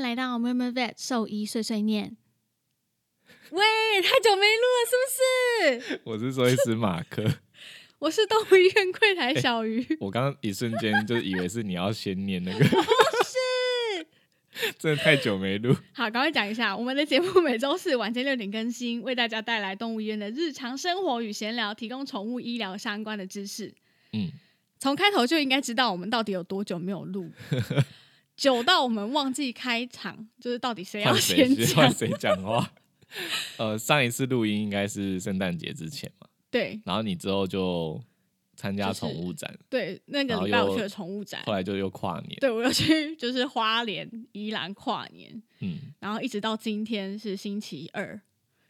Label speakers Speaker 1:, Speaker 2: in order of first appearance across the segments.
Speaker 1: 来到 Murmur Vet 兽医碎碎念。
Speaker 2: 喂，太久没录了，是不是？
Speaker 3: 我是兽医师马克，
Speaker 1: 我是动物医院柜台小鱼，
Speaker 2: 哎
Speaker 3: 我刚刚一瞬间就以为是你要先念那
Speaker 1: 哦
Speaker 3: 个，
Speaker 2: 是
Speaker 3: 真的太久没录，
Speaker 1: 好，赶快讲一下，我们的节目每周四晚间六点更新，为大家带来动物医院的日常生活与闲聊，提供宠物医疗相关的知识。
Speaker 3: 嗯，
Speaker 1: 从开头就应该知道我们到底有多久没有 录，久到我们忘记开场，就是到底谁要
Speaker 3: 换谁
Speaker 1: 先
Speaker 3: 先换
Speaker 1: 讲？
Speaker 3: 谁讲话？呃，上一次录音应该是圣诞节之前嘛，
Speaker 1: 对
Speaker 3: 然后你之后就参加
Speaker 1: 就是哎
Speaker 3: 宠物展，
Speaker 1: 对，那个礼拜
Speaker 3: 然后
Speaker 1: 我
Speaker 3: 又
Speaker 1: 去了宠物展，
Speaker 3: 后来就又跨年，
Speaker 1: 对我又去就是花莲、宜兰跨年，
Speaker 3: 嗯，
Speaker 1: 然后一直到今天是星期二，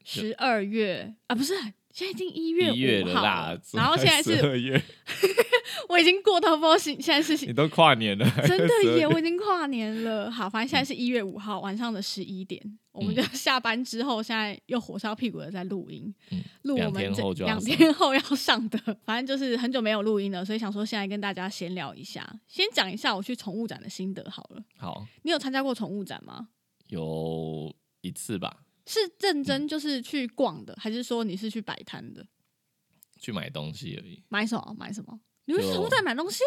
Speaker 1: 十二月啊，不是，现在已经一月
Speaker 3: 一月
Speaker 1: 五
Speaker 3: 的
Speaker 1: 号
Speaker 3: 啦
Speaker 1: 了，，然后现在
Speaker 3: 十
Speaker 1: 是，
Speaker 3: 二月，
Speaker 1: 我已经过到不知道现现在是
Speaker 3: 你都跨年了，
Speaker 1: 真的耶，
Speaker 3: 12
Speaker 1: 我已经跨年了。好，反正
Speaker 3: 嗯
Speaker 1: 现在是一月五号晚上的十一点，我们就下班之后，现在又火烧屁股的在录音
Speaker 3: 嗯，
Speaker 1: 录、我
Speaker 3: 两
Speaker 1: 们
Speaker 3: 天后
Speaker 1: 这
Speaker 3: 就要
Speaker 1: 两
Speaker 3: 上
Speaker 1: 天后要上的，反正就是很久没有录音了，所以想说现在跟大家闲聊一下，先讲一下我去宠物展的心得好了。
Speaker 3: 好，
Speaker 1: 你有参加过宠物展吗？
Speaker 3: 有一次吧，
Speaker 1: 是
Speaker 3: 嗯
Speaker 1: 认真就是去逛的，还是说你是去摆摊的？
Speaker 3: 去买东西而已，
Speaker 1: 买什么？买什么？你们去
Speaker 3: 就
Speaker 1: 宠物展买东西？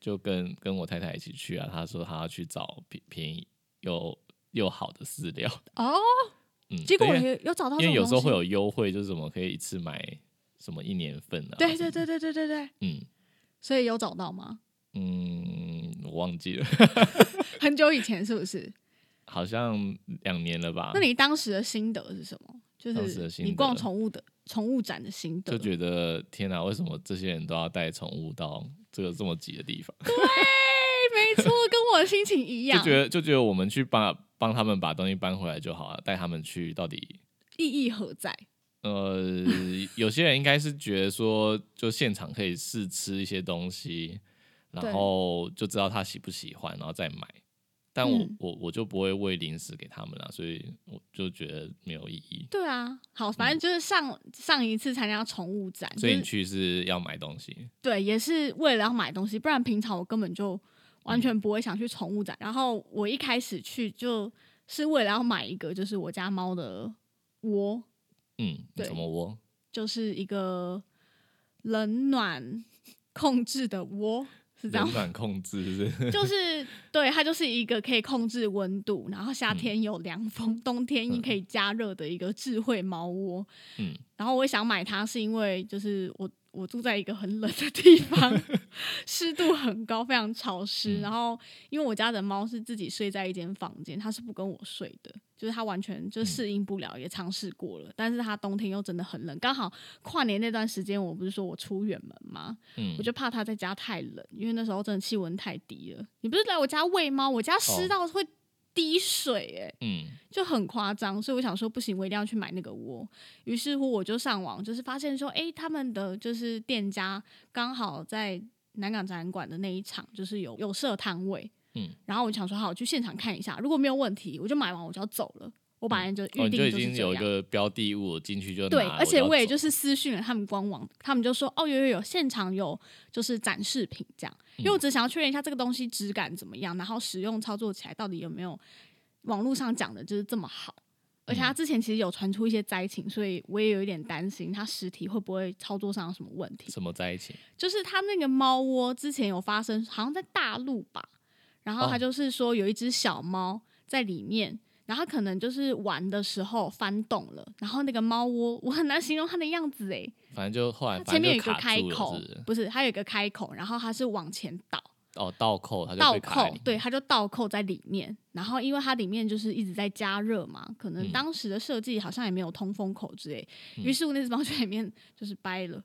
Speaker 3: 就跟跟我太太一起去啊，她说她要去找便便宜又又好的饲料，
Speaker 1: 哦，
Speaker 3: 嗯，
Speaker 1: 结果
Speaker 3: 因为
Speaker 1: 有有找到这
Speaker 3: 因
Speaker 1: 种
Speaker 3: 为有时候会
Speaker 1: 东西
Speaker 3: 有优惠，就是什么可以一次买什么一年份啊，
Speaker 1: 对对对对对对对，
Speaker 3: 嗯
Speaker 1: 所以有找到吗？
Speaker 3: 嗯，我忘记了，
Speaker 1: 很久以前是不 是？
Speaker 3: 好像两年了吧。
Speaker 1: 那你当时的心得是什么？就
Speaker 3: 啊当时的
Speaker 1: 是
Speaker 3: 心得
Speaker 1: 你逛宠物的宠物展的心得哎
Speaker 3: 就，觉得天哪、为什么这些人都要带宠物到这个这么挤的地方？
Speaker 1: 对，没错，跟我的心情一样
Speaker 3: 就，觉得就觉得我们去帮帮他们把东西搬回来就好了，带他们去到底。
Speaker 1: 意义何在？
Speaker 3: 呃，有些人应该是觉得说，就现场可以试吃一些东西，
Speaker 1: 对
Speaker 3: 然后就知道他喜不喜欢，然后再买。但我、
Speaker 1: 嗯
Speaker 3: 我我就不会喂零食给他们啦，所以我就觉得没有意义。
Speaker 1: 对啊，好，反正就是上、上一次参加宠物展，
Speaker 3: 嗯所以
Speaker 1: 就
Speaker 3: 你
Speaker 1: 是
Speaker 3: 去是要买东西，
Speaker 1: 对，也是为了要买东西，不然平常我根本就完全不会想去宠物展。然后我一开始去就是为了要买一个，就是我家猫的窝，
Speaker 3: 嗯，
Speaker 1: 对
Speaker 3: 什么窝？
Speaker 1: 就是一个冷暖控制的窝，是这样
Speaker 3: 冷
Speaker 1: 吗
Speaker 3: 暖控制是不是
Speaker 1: 就是对它就是一个可以控制温度，然后夏天有凉风，冬天你可以加热的一个智慧猫窝。
Speaker 3: 嗯，
Speaker 1: 然后我也想买它，是因为就是我我住在一个很冷的地 方，湿度很高，非常潮湿。
Speaker 3: 嗯
Speaker 1: 然后因为我家的猫是自己睡在一间房间，它是不跟我睡的，就是它完全就
Speaker 3: 嗯
Speaker 1: 适应不了，也尝试过了，但是它冬天又真的很冷。刚好跨年那段时间，我不是说我出远门吗？
Speaker 3: 嗯
Speaker 1: 我，就怕它在家太冷，因为那时候真的气温太低了。你不是来我家喂猫，我家湿
Speaker 3: 哦
Speaker 1: 到会滴水、欸，
Speaker 3: 嗯
Speaker 1: 就很夸张。所以我想说，不行，我一定要去买那个窝。于是乎，我就上网，就是发现说，诶，他们的就是店家刚好在南港展览馆的那一场，就是有有设摊位。
Speaker 3: 嗯，
Speaker 1: 然后我就想说，好，我去现场看一下，如果没有问题，我就买完我就要走了。我本来就
Speaker 3: 哦，
Speaker 1: 预
Speaker 3: 你就
Speaker 1: 定
Speaker 3: 已
Speaker 1: 就是
Speaker 3: 经有
Speaker 1: 这样。
Speaker 3: 一个标的物，我进去就拿
Speaker 1: 对，
Speaker 3: 了
Speaker 1: 而且我也就是是私讯了他们官网，他们就说哦有有有，现场有就是展示品这样，因为
Speaker 3: 嗯
Speaker 1: 我只想要确认一下这个东西质感怎么样，然后使用操作起来到底有没有网络上讲的就是这么好。而且
Speaker 3: 嗯
Speaker 1: 他之前其实有传出一些灾情，所以我也有一点担心他实体会不会操作上有什么问题。
Speaker 3: 什么在一起？
Speaker 1: 就是他那个猫窝之前有发生，好像在大陆吧，然后他
Speaker 3: 哦
Speaker 1: 就是说有一只小猫在里面，然后它可能就是玩的时候翻动了，然后那个猫窝我很难形容它的样子诶，
Speaker 3: 反正就后来
Speaker 1: 它前
Speaker 3: 哎反正
Speaker 1: 面有
Speaker 3: 就
Speaker 1: 一个
Speaker 3: 卡
Speaker 1: 开
Speaker 3: 住了，
Speaker 1: 口
Speaker 3: 是不是，
Speaker 1: 不是它有一个开口，然后它是往前倒
Speaker 3: 哦，倒扣，它就
Speaker 1: 倒
Speaker 3: 被卡在
Speaker 1: 扣
Speaker 3: 里，
Speaker 1: 对，它就倒扣在里面，然后因为它里面就是一直在加热嘛，可能
Speaker 3: 嗯
Speaker 1: 当时的设计好像也没有通风口之类，于是乎那只猫就在里面就是掰了，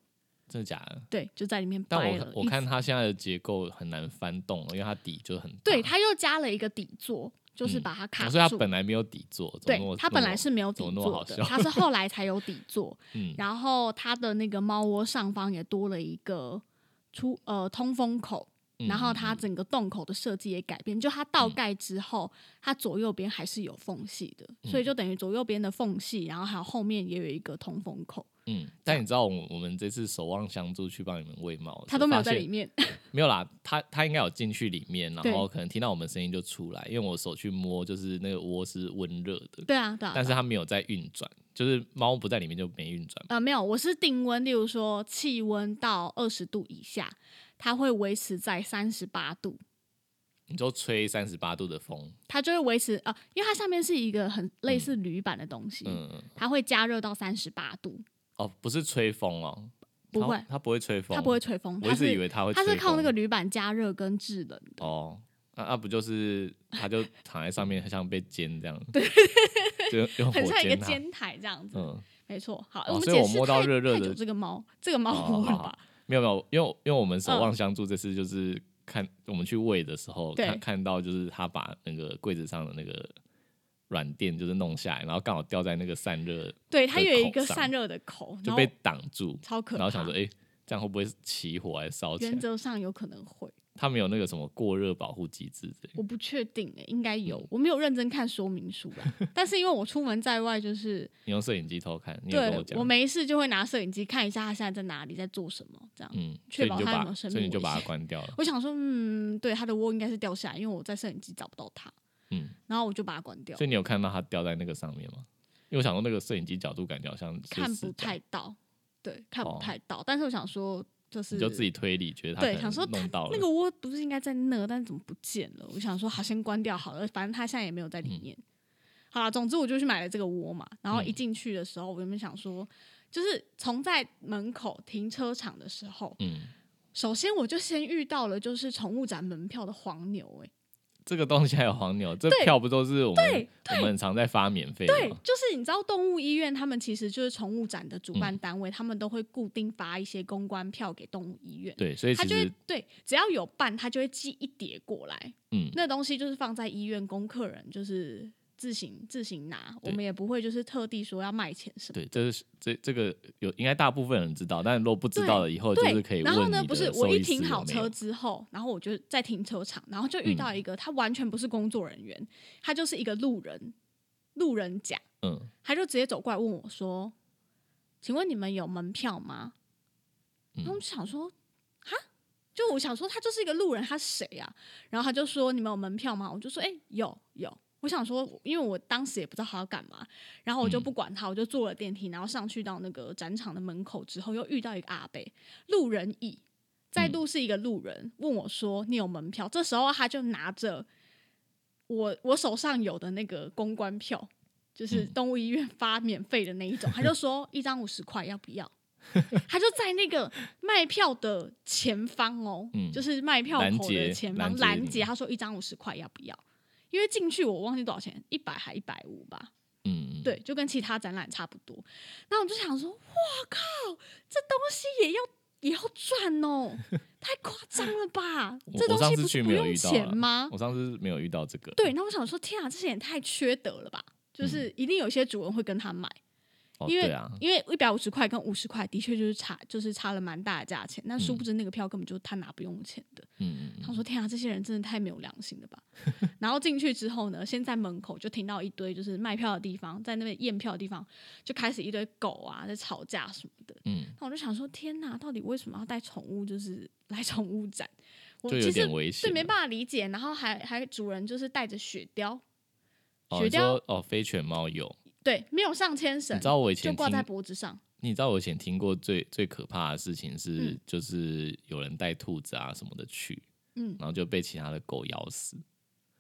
Speaker 3: 真的假的？
Speaker 1: 对，就在里面
Speaker 3: 但
Speaker 1: 掰了
Speaker 3: 我，我
Speaker 1: 一
Speaker 3: 看它现在的结构很难翻动了，因为它底就很大
Speaker 1: 对，它又加了一个底座，就是
Speaker 3: 嗯
Speaker 1: 把它卡
Speaker 3: 哦
Speaker 1: 住。
Speaker 3: 所以它本来没有底座，怎么那
Speaker 1: 对
Speaker 3: 么
Speaker 1: 它本来是没有
Speaker 3: 怎
Speaker 1: 底
Speaker 3: 么那么
Speaker 1: 座
Speaker 3: 好
Speaker 1: 的，
Speaker 3: 笑
Speaker 1: 它是后来才有底座。
Speaker 3: 嗯
Speaker 1: 然后它的那个猫窝上方也多了一个出呃通风口，
Speaker 3: 嗯
Speaker 1: 然后它整个洞口的设计也改变，就它倒盖之后，它左右边还是有缝隙的，
Speaker 3: 嗯
Speaker 1: 所以就等于左右边的缝隙，然后还有后面也有一个通风口，
Speaker 3: 嗯，但你知道我们我们这次守望相助去帮你们喂猫的时候，
Speaker 1: 它都没有
Speaker 3: 发
Speaker 1: 在
Speaker 3: 现
Speaker 1: 里面。
Speaker 3: 没有啦，他他应该有进去里面，然
Speaker 1: 对
Speaker 3: 后可能听到我们声音就出来，因为我手去摸，就是那个窝是温热的，
Speaker 1: 对啊，对啊。
Speaker 3: 但是它没有在运转，就是猫不在里面就没运转。
Speaker 1: 呃，没有，我是定温，例如说气温到二十度以下，它会维持在三十八度，
Speaker 3: 你就吹三十八度的风，
Speaker 1: 它就会维持啊、呃，因为它下面是一个很类似铝板的东西，
Speaker 3: 嗯，
Speaker 1: 它会加热到三十八度，
Speaker 3: 哦，不是吹风哦，
Speaker 1: 不
Speaker 3: 它
Speaker 1: 会
Speaker 3: 它不会吹风，
Speaker 1: 它不会。吹风，
Speaker 3: 哦我
Speaker 1: 它
Speaker 3: 一直以
Speaker 1: 是
Speaker 3: 为它会吹
Speaker 1: 它
Speaker 3: 风，
Speaker 1: 是靠那个铝板加热跟制冷的。
Speaker 3: 哦，那、那不就是它就躺在上面，像被煎这样，对， 就用火
Speaker 1: 很像一个
Speaker 3: 煎它，
Speaker 1: 煎台这样子，
Speaker 3: 嗯。
Speaker 1: 没错。好，
Speaker 3: 哦
Speaker 1: 我们
Speaker 3: 所以
Speaker 1: 解
Speaker 3: 我
Speaker 1: 释
Speaker 3: 摸到
Speaker 1: 太
Speaker 3: 热热
Speaker 1: 太
Speaker 3: 的哦
Speaker 1: 久这个猫，这个猫
Speaker 3: 好好
Speaker 1: 不会
Speaker 3: 好
Speaker 1: 吧？
Speaker 3: 没有没有，因为因为我们守
Speaker 1: 嗯
Speaker 3: 望相助这次就是看、我们去喂的时候，
Speaker 1: 对
Speaker 3: 看看到就是他把那个柜子上的那个软垫就是弄下来，然后刚好掉在那个散热
Speaker 1: 对，它
Speaker 3: 的
Speaker 1: 有一
Speaker 3: 口
Speaker 1: 个
Speaker 3: 上
Speaker 1: 散热的口，然
Speaker 3: 就
Speaker 1: 后
Speaker 3: 被挡住，
Speaker 1: 超可
Speaker 3: 然
Speaker 1: 怕。
Speaker 3: 后想说哎、诶这样会不会起火还是烧起
Speaker 1: 原
Speaker 3: 来？
Speaker 1: 则上有可能会，
Speaker 3: 他们有那个什么过热保护机制之类的，
Speaker 1: 我不确定诶、应该
Speaker 3: 嗯
Speaker 1: 有，我没有认真看说明书啦。 但是因为我出门在外，就是
Speaker 3: 你用摄影机偷看，你有跟
Speaker 1: 对
Speaker 3: 讲
Speaker 1: 我，没事就会拿摄影机看一下它现在在哪里，在做什么这样。
Speaker 3: 嗯，所
Speaker 1: 确
Speaker 3: 以
Speaker 1: 保
Speaker 3: 你就
Speaker 1: 它有
Speaker 3: 把
Speaker 1: 没有生
Speaker 3: 所以你
Speaker 1: 命
Speaker 3: 就
Speaker 1: 危
Speaker 3: 把它
Speaker 1: 险
Speaker 3: 关掉了，
Speaker 1: 我想说，嗯，对，它的窝应该是掉下来，因为我在摄影机找不到它，
Speaker 3: 嗯，
Speaker 1: 然后我就把它关掉
Speaker 3: 所，以你有看到它掉在那个上面吗？因为我想说那个摄影机角度感觉好像是
Speaker 1: 看
Speaker 3: 死
Speaker 1: 不
Speaker 3: 角
Speaker 1: 太到，对，看
Speaker 3: 哦
Speaker 1: 不太到。但是我想说，就是
Speaker 3: 你就自己推理，觉得他
Speaker 1: 对
Speaker 3: 可
Speaker 1: 想
Speaker 3: 能
Speaker 1: 说
Speaker 3: 弄到了
Speaker 1: 那个窝不是应该在那，但是怎么不见了？我想说好，先关掉好了，反正它现在也没有在里面。好啦，总之我就去买了这个窝嘛。然后一
Speaker 3: 嗯
Speaker 1: 进去的时候，我原本想说，就是从在门口停车场的时候，
Speaker 3: 嗯，
Speaker 1: 首先我就先遇到了就是宠物展门票的黄牛、欸，
Speaker 3: 这个东西还有黄牛，这
Speaker 1: 对
Speaker 3: 票不都是我们
Speaker 1: 对
Speaker 3: 我们很常在发免费
Speaker 1: 对
Speaker 3: 的吗，？
Speaker 1: 就是你知道动物医院他们其实就是宠物展的主办
Speaker 3: 嗯
Speaker 1: 单位，他们都会固定发一些公关票给动物医院。
Speaker 3: 对，所以
Speaker 1: 他
Speaker 3: 其
Speaker 1: 就会
Speaker 3: 实
Speaker 1: 对，只要有办，他就会寄一叠过来。
Speaker 3: 嗯
Speaker 1: 那东西就是放在医院供客人，就是自行自行拿，
Speaker 3: 对
Speaker 1: 我们也不会就是特地说要卖钱什么。
Speaker 3: 对，这是这这个有应该大部分人知道，但如果不知道了以后，就
Speaker 1: 对，
Speaker 3: 是可以
Speaker 1: 然后
Speaker 3: 问
Speaker 1: 呢，
Speaker 3: 你
Speaker 1: 不是
Speaker 3: 的
Speaker 1: 我
Speaker 3: 兽
Speaker 1: 一
Speaker 3: 医师有
Speaker 1: 停
Speaker 3: 没
Speaker 1: 好车
Speaker 3: 有。嗯
Speaker 1: 之后，然后我就在停车场，然后就遇到一个、他完全不是工作人员，他就是一个路人，路人甲，
Speaker 3: 嗯
Speaker 1: 他就直接走过来问我说：“请问你们有门票吗？”
Speaker 3: 嗯
Speaker 1: 然后我就想说，哈，就我想说他就是一个路人，他谁啊？然后他就说：“你们有门票吗？”我就说：“哎、有有。”我想说，因为我当时也不知道他要干嘛，然后我就
Speaker 3: 嗯
Speaker 1: 不管他，我就坐了电梯，然后上去到那个展场的门口之后，又遇到一个阿伯，路人乙，再
Speaker 3: 嗯
Speaker 1: 度是一个路人问我说：“你有门票？”这时候他就拿着我我手上有的那个公关票，就是
Speaker 3: 嗯
Speaker 1: 动物医院发免费的那一种，他就说一张五十块，要 不要？他就在那个卖票的前方哦，
Speaker 3: 嗯
Speaker 1: 就是卖票
Speaker 3: 拦
Speaker 1: 口
Speaker 3: 截
Speaker 1: 的前
Speaker 3: 拦
Speaker 1: 方
Speaker 3: 截
Speaker 1: 拦
Speaker 3: 你
Speaker 1: 截，他说一张五十块，要不要？因为进去我忘记多少钱，一百还一百五吧，
Speaker 3: 嗯，嗯，
Speaker 1: 对，就跟其他展览差不多。那我就想说，哇靠，这东西也要也要赚哦，太夸张了吧
Speaker 3: 我？
Speaker 1: 这
Speaker 3: 我
Speaker 1: 东
Speaker 3: 上
Speaker 1: 西
Speaker 3: 次
Speaker 1: 不
Speaker 3: 去
Speaker 1: 是不
Speaker 3: 没有
Speaker 1: 用
Speaker 3: 遇到啊
Speaker 1: 钱
Speaker 3: 啦
Speaker 1: 吗？
Speaker 3: 我上次没有遇到这个，
Speaker 1: 对，那我想说，天啊，这些也太缺德了吧！
Speaker 3: 嗯
Speaker 1: 就是一定有一些主人会跟他买，
Speaker 3: 哦，
Speaker 1: 因为
Speaker 3: 对啊，
Speaker 1: 因为一百五十块跟五十块的确就是差，就是差了蛮大的价钱。但殊不知那个票根本就是他拿不用钱的。
Speaker 3: 嗯嗯
Speaker 1: 他说：“天啊，这些人真的太没有良心了吧！” 然后进去之后呢，先在门口就听到一堆就是卖票的地方，在那边验票的地方就开始一堆狗啊在吵架什么的。
Speaker 3: 嗯，
Speaker 1: 那我就想说，天哪，到底为什么要带宠物就是 来宠物展？我
Speaker 3: 就
Speaker 1: 其
Speaker 3: 有
Speaker 1: 实
Speaker 3: 点危
Speaker 1: 是
Speaker 3: 险
Speaker 1: 没
Speaker 3: 了。
Speaker 1: 办法理解。然后还还主人就是带着雪貂。
Speaker 3: 哦，
Speaker 1: 雪
Speaker 3: 你说
Speaker 1: 貂
Speaker 3: 哦，非犬猫有，
Speaker 1: 对，没有上牵
Speaker 3: 你
Speaker 1: 绳
Speaker 3: 知，道我以
Speaker 1: 就
Speaker 3: 前
Speaker 1: 挂在
Speaker 3: 听，
Speaker 1: 脖子上。
Speaker 3: 你知道我以前听过最最可怕的事情是
Speaker 1: 嗯，
Speaker 3: 就是有人带兔子啊什么的去，
Speaker 1: 嗯，
Speaker 3: 然后就被其他的狗咬死。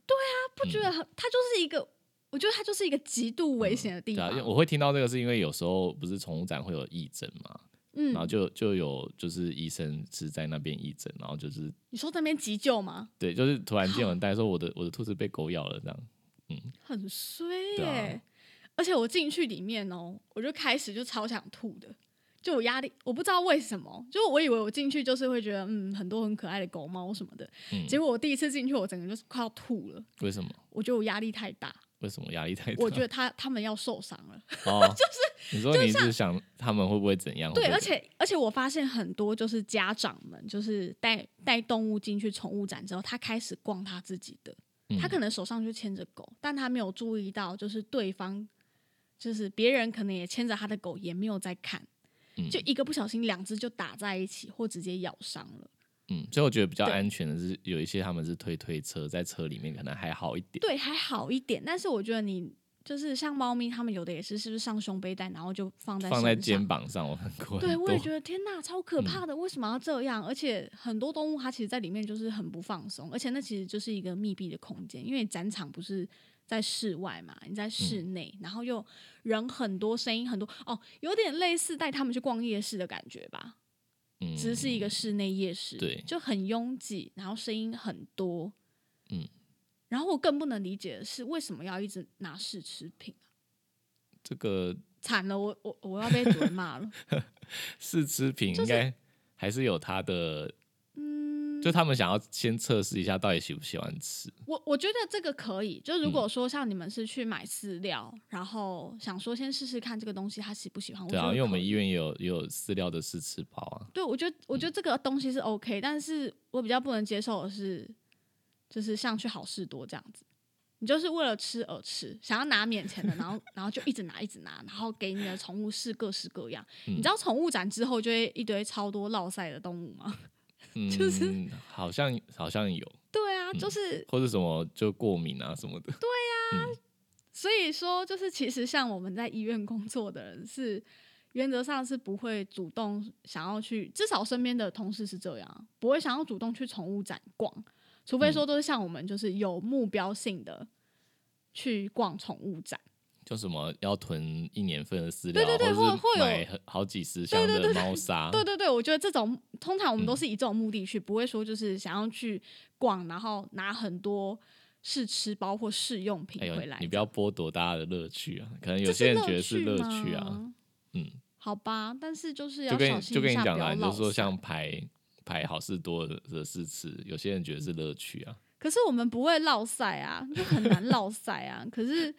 Speaker 1: 他不觉
Speaker 3: 嗯
Speaker 1: 得很，他就是一个，我觉得他就是一个极度危险的地
Speaker 3: 对啊，
Speaker 1: 方
Speaker 3: 因为。我会听到这个是因为有时候不是宠物展会有义诊嘛，
Speaker 1: 嗯
Speaker 3: 然，后就就有就是医生是在那边义诊，然后就是
Speaker 1: 你说在那边急救吗？
Speaker 3: 对，就是突然间有 人带说我的我的兔子被狗咬了这样，
Speaker 1: 很衰耶、
Speaker 3: 对啊
Speaker 1: 而且我进去里面哦，我就开始就超想吐的，就我压力，我不知道为什么，就我以为我进去就是会觉得嗯很多很可爱的狗猫什么的，
Speaker 3: 嗯
Speaker 1: 结果我第一次进去，我整个就是快要吐了，
Speaker 3: 为什么？
Speaker 1: 我觉得我压力太大，
Speaker 3: 为什么压力太大？
Speaker 1: 我觉得他他们要受伤了。
Speaker 3: 哦，就是你说你是想他们会不会怎样？
Speaker 1: 对，
Speaker 3: 会不会
Speaker 1: 而且而且我发现很多就是家长们，就是带带动物进去宠物展之后，他开始逛他自己的，
Speaker 3: 嗯
Speaker 1: 他可能手上就牵着狗，但他没有注意到，就是对方就是别人可能也牵着他的狗，也没有在看，
Speaker 3: 嗯
Speaker 1: 就一个不小心两只就打在一起，或直接咬伤了。
Speaker 3: 嗯，所以我觉得比较
Speaker 1: 对
Speaker 3: 安全的是有一些他们是推推车，在车里面可能还好一点。
Speaker 1: 对，还好一点，但是我觉得你就是像猫咪，他们有的也是，是不是上胸背带，然后就放在
Speaker 3: 放在
Speaker 1: 身上
Speaker 3: 肩膀上，我看过很多。嗯
Speaker 1: 对，我也觉得天呐，超可怕的！为什么要这样？而且很多动物它其实，在里面就是很不放松，而且那其实就是一个密闭的空间，因为展场不是在室外嘛，你在室
Speaker 3: 嗯
Speaker 1: 内，然后又人很多，声音很多，哦，有点类似带他们去逛夜市的感觉吧，
Speaker 3: 嗯
Speaker 1: 只是一个室内夜市，
Speaker 3: 对
Speaker 1: 就很拥挤，然后声音很多，
Speaker 3: 嗯。
Speaker 1: 然后我更不能理解的是，为什么要一直拿试吃品？啊
Speaker 3: 这个
Speaker 1: 惨了，我我我要被 主人骂了。
Speaker 3: 试吃品应该还是有它的，
Speaker 1: 嗯，
Speaker 3: 就他们想要先测试一下到底喜不喜欢吃。
Speaker 1: 我我觉得这个可以，就如果
Speaker 3: 嗯
Speaker 1: 说像你们是去买饲料，然后想说先试试看这个东西他喜不喜欢，
Speaker 3: 对
Speaker 1: 觉
Speaker 3: 啊，
Speaker 1: 得
Speaker 3: 因为我
Speaker 1: 可
Speaker 3: 们
Speaker 1: 以
Speaker 3: 医院也有也有饲料的试吃包啊。
Speaker 1: 对我觉得我觉得这个东西是 OK，、但是我比较不能接受的是，就是像去好事多这样子，你就是为了吃而吃，想要拿免钱的，然 后然后就一直拿一直拿，然后给你的宠物试各式各样。
Speaker 3: 嗯
Speaker 1: 你知道宠物展之后就会一堆超多落塞的动物吗？
Speaker 3: 嗯，
Speaker 1: 就是
Speaker 3: 好像好像有，
Speaker 1: 对啊，
Speaker 3: 嗯
Speaker 1: 就是
Speaker 3: 或者什么就过敏啊什么的。
Speaker 1: 所以说，就是其实像我们在医院工作的人是。原则上是不会主动想要去，至少身边的同事是这样，不会想要主动去宠物展逛，除
Speaker 3: 嗯
Speaker 1: 非说都是像我们就是有目标性的去逛宠物展。
Speaker 3: 就什么要囤一年份的饲料
Speaker 1: 对
Speaker 3: 啊，
Speaker 1: 对对
Speaker 3: 或
Speaker 1: 或
Speaker 3: 者是
Speaker 1: 或有
Speaker 3: 买很好几十箱的 猫砂，
Speaker 1: 对对对，我觉得这种通常我
Speaker 3: 嗯
Speaker 1: 们都是以这种目的去，不会说就是想要去逛，然后拿很多试吃包或试用品
Speaker 3: 哎
Speaker 1: 回来。
Speaker 3: 呦，你不要剥夺大家的乐趣啊！可能有些人觉得是乐趣啊，，嗯，
Speaker 1: 好吧，但是就是要
Speaker 3: 就跟
Speaker 1: 小
Speaker 3: 你
Speaker 1: 心
Speaker 3: 就跟
Speaker 1: 一
Speaker 3: 你
Speaker 1: 下
Speaker 3: 讲
Speaker 1: 不
Speaker 3: 啦，
Speaker 1: 要
Speaker 3: 你就
Speaker 1: 落
Speaker 3: 说
Speaker 1: 散
Speaker 3: 像排排好事多的的试吃，有些人觉得是乐趣啊，
Speaker 1: 可是我们不会落塞 啊，就很难落塞啊。可是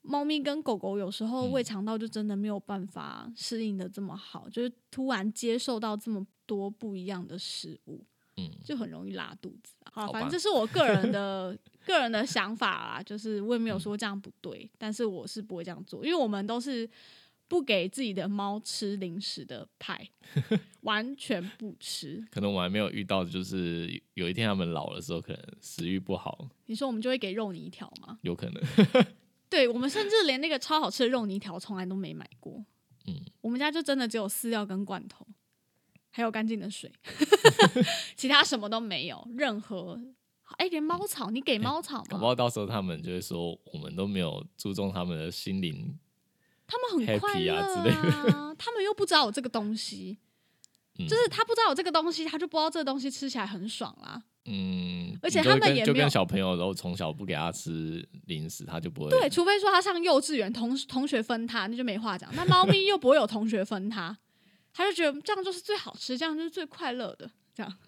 Speaker 1: 猫咪跟狗狗有时候
Speaker 3: 嗯
Speaker 1: 胃肠道就真的没有办法适应的这么好，就是突然接受到这么多不一样的食物，
Speaker 3: 嗯，
Speaker 1: 就很容易拉肚子啊。好，
Speaker 3: 好吧
Speaker 1: 反正这是我个人 的个人的想法啦，就是我也没有
Speaker 3: 嗯
Speaker 1: 说这样不对，但是我是不会这样做，因为我们都是不给自己的猫吃零食的 派，完全不吃。
Speaker 3: 可能我还没有遇到，就是有一天他们老的时候，可能食欲不好，
Speaker 1: 你说我们就会给肉泥条吗？
Speaker 3: 有可能
Speaker 1: 对我们甚至连那个超好吃的肉泥条从来都没买过。
Speaker 3: 嗯
Speaker 1: 我们家就真的只有饲料跟罐头，还有干净的 水，其他什么都没有。任何哎、连猫草，你给猫草
Speaker 3: 搞
Speaker 1: 吗？
Speaker 3: 不好到时候他们就会说，我们都没有注重他们的心灵，
Speaker 1: 他们很快
Speaker 3: happy
Speaker 1: 乐
Speaker 3: 啊之类
Speaker 1: 啊，他们又不知道有这个东西，
Speaker 3: 嗯
Speaker 1: 就是他不知道有这个东西，他就不知道这个东西吃起来很爽啦。
Speaker 3: 嗯，
Speaker 1: 而且
Speaker 3: 你就会
Speaker 1: 他们
Speaker 3: 跟
Speaker 1: 也
Speaker 3: 就
Speaker 1: 没有
Speaker 3: 跟小朋友，然后从小不给他吃零食，他就不会
Speaker 1: 对，除非说他上幼稚园，同同学分他，那就没话讲。那猫咪又不会有同学分他， 他就觉得这样就是最好吃，这样就是最快乐的。这样，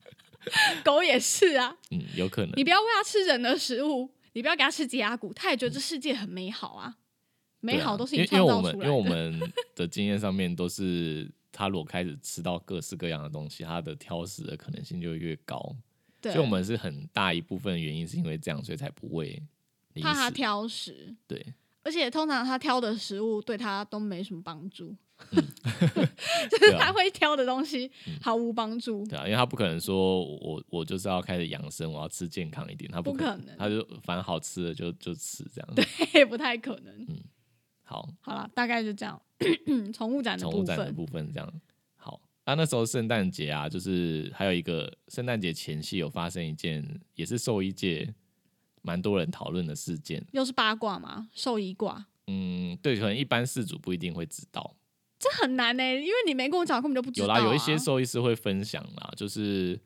Speaker 1: 狗也是啊，
Speaker 3: 嗯，有可能
Speaker 1: 你不要喂它吃人的食物，你不要给它吃鸡鸭骨，它也觉得这世界很美好啊，美好都是你
Speaker 3: 对啊
Speaker 1: 创
Speaker 3: 因为
Speaker 1: 造
Speaker 3: 因为我
Speaker 1: 出来
Speaker 3: 们
Speaker 1: 的。
Speaker 3: 因为我们的经验上面都是，他如果开始吃到各式各样的东西，他的挑食的可能性就会越高。
Speaker 1: 对，
Speaker 3: 所以我们是很大一部分原因是因为这样，所以才不喂零
Speaker 1: 怕它
Speaker 3: 食。
Speaker 1: 挑食，
Speaker 3: 对，
Speaker 1: 而且通常它挑的食物对它都没什么帮助， 就是
Speaker 3: 嗯对啊
Speaker 1: 它会挑的东西毫无帮助。
Speaker 3: 对啊，因为他不可能说哦我我就是要开始养生，我要吃健康一点，他
Speaker 1: 不
Speaker 3: 啊可
Speaker 1: 可能
Speaker 3: 他就反正好吃的就就吃这样。对，
Speaker 1: 也不太可能。
Speaker 3: 好，
Speaker 1: 好了，大概就这样。宠物展的
Speaker 3: 宠
Speaker 1: 部
Speaker 3: 物展的
Speaker 1: 分，
Speaker 3: 部分这样。好，啊，那时候圣诞节啊，就是还有一个圣诞节前夕有发生一件也是兽医界蛮多人讨论的事件。
Speaker 1: 又是八卦嘛，兽医卦，
Speaker 3: 嗯，对，可能一般事主不一定会知道。
Speaker 1: 这很难呢、因为你没跟我讲，根本就不知
Speaker 3: 有
Speaker 1: 道、
Speaker 3: 啦，
Speaker 1: 啊。
Speaker 3: 有一些兽医师会分享啦，就是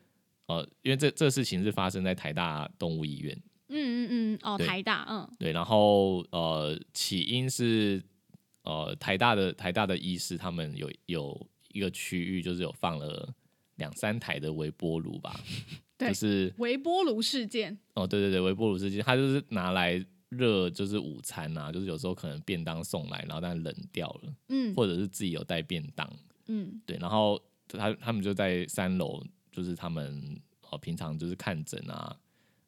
Speaker 3: 呃，因为这这事情是发生在台大动物医院，
Speaker 1: 嗯嗯嗯，哦，
Speaker 3: 对
Speaker 1: 台大，嗯
Speaker 3: 对，然后呃，起因是呃台大的台大的医师他们有有一个区域就是有放了两三台的微 波炉吧，
Speaker 1: 对
Speaker 3: 就是
Speaker 1: 微波炉事件，
Speaker 3: 哦，对对对，微波炉事件，它就是拿来热就是午餐啊，就是有时候可能便当送来，然后但冷掉了，
Speaker 1: 嗯
Speaker 3: 或者是自己有带便当，
Speaker 1: 嗯
Speaker 3: 对，然后他他们就在三楼，就是他们哦、呃平常就是看诊啊，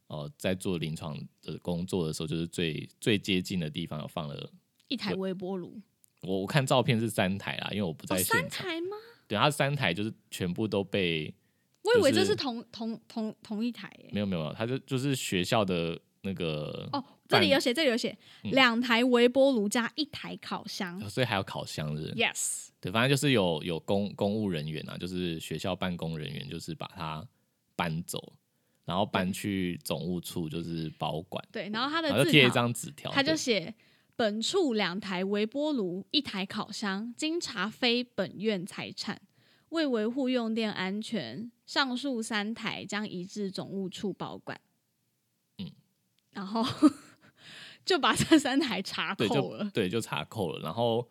Speaker 3: 哦、在做临床的工作的时候，就是最最接近的地方有放了。
Speaker 1: 一台微波炉，
Speaker 3: 我我看照片是三台啦，因为我不在
Speaker 1: 哦，
Speaker 3: 现
Speaker 1: 三
Speaker 3: 场。
Speaker 1: 台吗？
Speaker 3: 对，它三台就是全部都被
Speaker 1: 我以为
Speaker 3: 就
Speaker 1: 这
Speaker 3: 是
Speaker 1: 是同同同同一台耶。
Speaker 3: 没有没有，它就就是学校的那个
Speaker 1: 哦，这里
Speaker 3: 半
Speaker 1: 有写，这里有写，
Speaker 3: 嗯呃
Speaker 1: 两台微波炉加一台烤箱。
Speaker 3: 所以还有烤箱是不是
Speaker 1: Yes，
Speaker 3: 对，反正就是有有公公务人员啊，就是学校办公人员，就是把它搬走，然后搬去总务处就是保管，
Speaker 1: 对，然后他
Speaker 3: 然
Speaker 1: 的
Speaker 3: 后就
Speaker 1: 字
Speaker 3: 贴一
Speaker 1: 条
Speaker 3: 张纸条，
Speaker 1: 他就
Speaker 3: 对
Speaker 1: 写本处两台微波炉、一台烤箱，经查非本院财产，为维护用电安全，上述三台将移至总务处保管。
Speaker 3: 嗯，
Speaker 1: 然后就把这三台查
Speaker 3: 对
Speaker 1: 扣
Speaker 3: 就
Speaker 1: 了。
Speaker 3: 对就查扣了，然后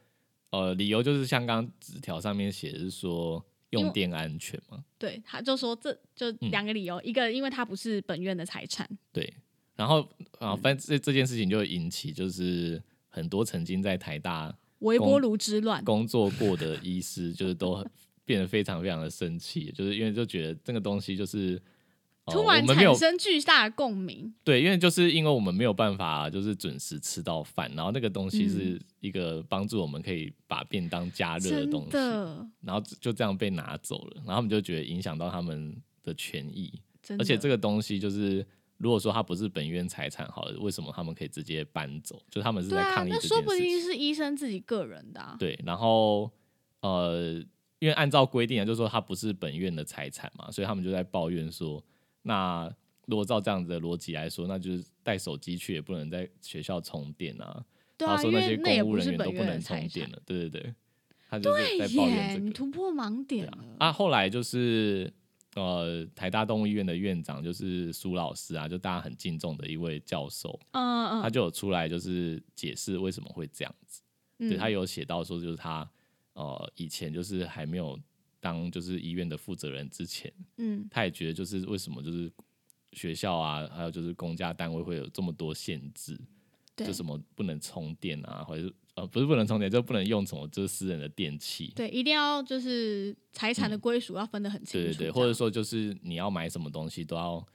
Speaker 3: 呃理由就是像刚刚纸条上面写的是说
Speaker 1: 因
Speaker 3: 用
Speaker 1: 为
Speaker 3: 电安全嘛，
Speaker 1: 对，他就说这就
Speaker 3: 嗯
Speaker 1: 两个理由，一个因为它不是本院的财产，
Speaker 3: 对，然后啊
Speaker 1: 嗯
Speaker 3: 反正这这件事情就引起就是很多曾经在台大
Speaker 1: 微波
Speaker 3: 公
Speaker 1: 炉之乱。
Speaker 3: 工作过的医师，就是都很变得非常非常的生气，就是因为就觉得这个东西就是。呃
Speaker 1: 突然
Speaker 3: 我们没有
Speaker 1: 产生巨大的共鸣，
Speaker 3: 对，因为就是因为我们没有办法就是准时吃到饭，然后那个东
Speaker 1: 嗯
Speaker 3: 西是一个帮助我们可以把便当加热的
Speaker 1: 真
Speaker 3: 东西，
Speaker 1: 的，
Speaker 3: 然后就这样被拿走了，然后他们就觉得影响到他们的权益，
Speaker 1: 真的。
Speaker 3: 而且这个东西就是。如果说它不是本院财产好了，为什么他们可以直接搬走？就他们是
Speaker 1: 对
Speaker 3: 在
Speaker 1: 啊，
Speaker 3: 抗议
Speaker 1: 那
Speaker 3: 这件事
Speaker 1: 说
Speaker 3: 情。
Speaker 1: 不定是医生自己个人的、啊。
Speaker 3: 对，然后呃，因为按照规定啊，就是说它不是本院的财产嘛，所以他们就在抱怨说，那如果照这样子的逻辑来说，那就是带手机去也不能在学校充电啊，
Speaker 1: 对
Speaker 3: 然
Speaker 1: 啊，
Speaker 3: 后说
Speaker 1: 因
Speaker 3: 那
Speaker 1: 为
Speaker 3: 些
Speaker 1: 那也
Speaker 3: 公务
Speaker 1: 不
Speaker 3: 人
Speaker 1: 是
Speaker 3: 员
Speaker 1: 本
Speaker 3: 都不
Speaker 1: 院
Speaker 3: 能
Speaker 1: 的
Speaker 3: 充
Speaker 1: 财
Speaker 3: 电
Speaker 1: 产。
Speaker 3: 了，对对对，他就是在
Speaker 1: 对
Speaker 3: 抱怨
Speaker 1: 耶，
Speaker 3: 这
Speaker 1: 你
Speaker 3: 个。
Speaker 1: 突破盲点了。
Speaker 3: 啊，后来就是呃，台大动物医院的院长就是苏老师啊，就大家很敬重的一位教授，
Speaker 1: 嗯
Speaker 3: 他
Speaker 1: 嗯
Speaker 3: 就有出来就是解释为什么会这样子。
Speaker 1: 嗯，
Speaker 3: 对他有写到说，就是他呃以前就是还没有当就是医院的负责人之前，
Speaker 1: 嗯
Speaker 3: 他也觉得就是为什么就是学校啊，还有就是公家单位会有这么多限制，
Speaker 1: 对
Speaker 3: 就什么不能充电啊，或者是呃不是不能充电，就不能用什么就是私人的电器。
Speaker 1: 对，一定要就是财产的归属要分得很清
Speaker 3: 嗯对
Speaker 1: 楚，
Speaker 3: 对对，或者说就是你要买什么东西都要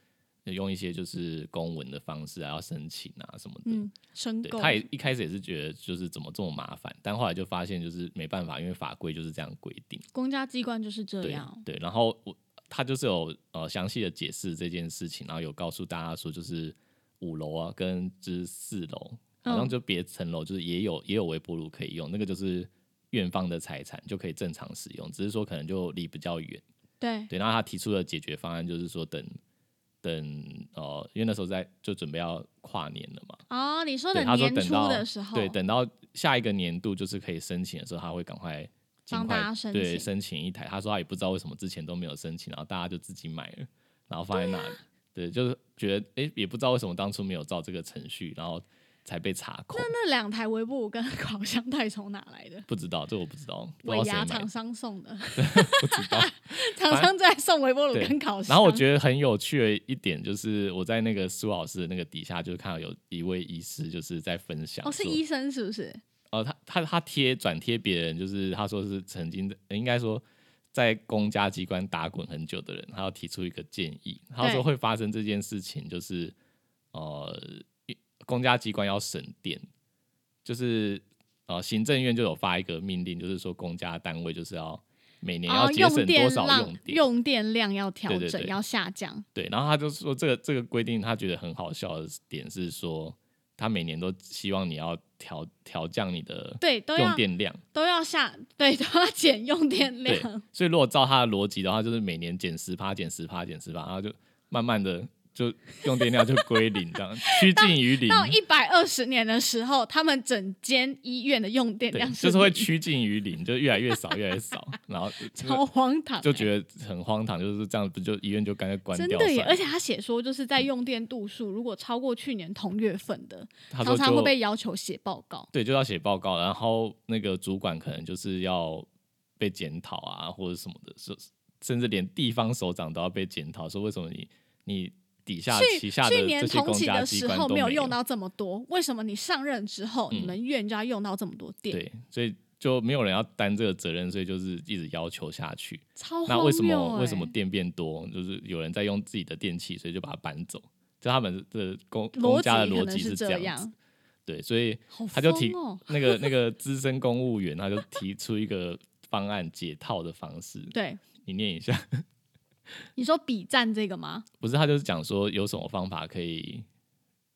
Speaker 3: 用一些就是公文的方式啊，要申请啊什么的。
Speaker 1: 嗯，申
Speaker 3: 对，
Speaker 1: 购
Speaker 3: 他也一开始也是觉得就是怎么这么麻烦，但后来就发现就是没办法，因为法规就是这样规定。
Speaker 1: 公家机关就是这
Speaker 3: 对啊
Speaker 1: 样，
Speaker 3: 对，然后我他就是有呃详细的解释这件事情，然后有告诉大家说，就是五楼啊跟就是四楼，好像
Speaker 1: 嗯
Speaker 3: 就别层楼就是也有也有微波炉可以用，那个就是院方的财产就可以正常使用，只是说可能就离比较远。
Speaker 1: 对
Speaker 3: 对，然后他提出的解决方案就是说等。等呃，因为那时候在就准备要跨年了嘛，
Speaker 1: 哦，你说
Speaker 3: 对，
Speaker 1: 的
Speaker 3: 他说
Speaker 1: 年
Speaker 3: 等
Speaker 1: 初
Speaker 3: 到
Speaker 1: 的时候，
Speaker 3: 对，等到下一个年度就是可以申请的时候，他会赶快尽
Speaker 1: 帮
Speaker 3: 快
Speaker 1: 大家申
Speaker 3: 对
Speaker 1: 请
Speaker 3: 申请一台。他说他也不知道为什么之前都没有申请，然后大家就自己买了，然后放在那里。对，就是觉得哎、诶也不知道为什么当初没有照这个程序，然后才被查扣。
Speaker 1: 那两台微波炉跟 烤箱袋从哪来的？
Speaker 3: 不知道，这我不知道，不
Speaker 1: 尾
Speaker 3: 知道谁
Speaker 1: 牙
Speaker 3: 买
Speaker 1: 厂
Speaker 3: 的，
Speaker 1: 商送的，
Speaker 3: 不知道。
Speaker 1: 厂商在送微波炉
Speaker 3: 对
Speaker 1: 跟烤 箱。
Speaker 3: 然后我觉得很有趣的一点就是，我在那个苏老师的那个底下，就看到有一位医师就是在分享说，
Speaker 1: 哦，是医生是不是？
Speaker 3: 呃，他他他贴转贴别人，就是他说是曾经的，呃应该说在公家机关打滚很久的人，他要提出一个建议，他说会发生这件事情，就是呃，一公家机关要省电，就是呃，行政院就有发一个命令，就是说公家单位就是要每年要
Speaker 1: 哦，
Speaker 3: 节省多
Speaker 1: 电
Speaker 3: 少
Speaker 1: 量
Speaker 3: 用电，
Speaker 1: 用电量要调
Speaker 3: 对对
Speaker 1: 整，
Speaker 3: 对
Speaker 1: 要下降。
Speaker 3: 对，然后他就说这个这个规定，他觉得很好笑的点是说，他每年都希望你要调调降你的
Speaker 1: 对，啊都
Speaker 3: 用
Speaker 1: 要
Speaker 3: 电量。
Speaker 1: 都要下，对，都要减用电
Speaker 3: 对
Speaker 1: 量。，
Speaker 3: 所以如果照他的逻辑的话，就是每年减十趴、减十趴、减十趴，然后就慢慢的就用电量就归零，这样趋近于 零，
Speaker 1: 到一百二十年的时候，他们整间医院的用电
Speaker 3: 对
Speaker 1: 量，
Speaker 3: 就是会
Speaker 1: 零
Speaker 3: 趋近于零，就越来越少，越来越少，然后就
Speaker 1: 超荒唐欸、
Speaker 3: 就觉得很荒唐，就是这样，不就医院就干脆关
Speaker 1: 真
Speaker 3: 掉
Speaker 1: 的耶！
Speaker 3: 算了
Speaker 1: 而且他写说，就是在用电度数如果超过去年同月份的，
Speaker 3: 他说
Speaker 1: 常常会
Speaker 3: 就
Speaker 1: 被要求写报告。
Speaker 3: 对，就要写报告，然后那个主管可能就是要被检讨啊，或者什么的，甚甚至连地方首长都要被检讨，说为什么你你底下旗
Speaker 1: 去
Speaker 3: 下的
Speaker 1: 去年
Speaker 3: 这些
Speaker 1: 重
Speaker 3: 公
Speaker 1: 启
Speaker 3: 家
Speaker 1: 的
Speaker 3: 机
Speaker 1: 时
Speaker 3: 关
Speaker 1: 候
Speaker 3: 都
Speaker 1: 没
Speaker 3: 有
Speaker 1: 有用到这么多，为什么你上任之后，
Speaker 3: 嗯
Speaker 1: 你们院就要用到这么多电？
Speaker 3: 对，所以就没有人要担这个责任，所以就是一直要求下去。
Speaker 1: 超
Speaker 3: 那
Speaker 1: 荒
Speaker 3: 为什
Speaker 1: 谬、
Speaker 3: 么
Speaker 1: 欸！
Speaker 3: 为什么电变多？就是有人在用自己的电器，所以就把它搬走。就他们的公公
Speaker 1: 逻
Speaker 3: 家的
Speaker 1: 辑可
Speaker 3: 逻
Speaker 1: 能
Speaker 3: 辑
Speaker 1: 是
Speaker 3: 这样子，
Speaker 1: 样？
Speaker 3: 对，所以
Speaker 1: 好
Speaker 3: 他就
Speaker 1: 疯
Speaker 3: 提
Speaker 1: 哦
Speaker 3: 那个那个资深公务员，他就提出一个方案解套的方式，
Speaker 1: 对，
Speaker 3: 你念一下。
Speaker 1: 你说比战这个吗？
Speaker 3: 不是，他就是讲说有什么方法可以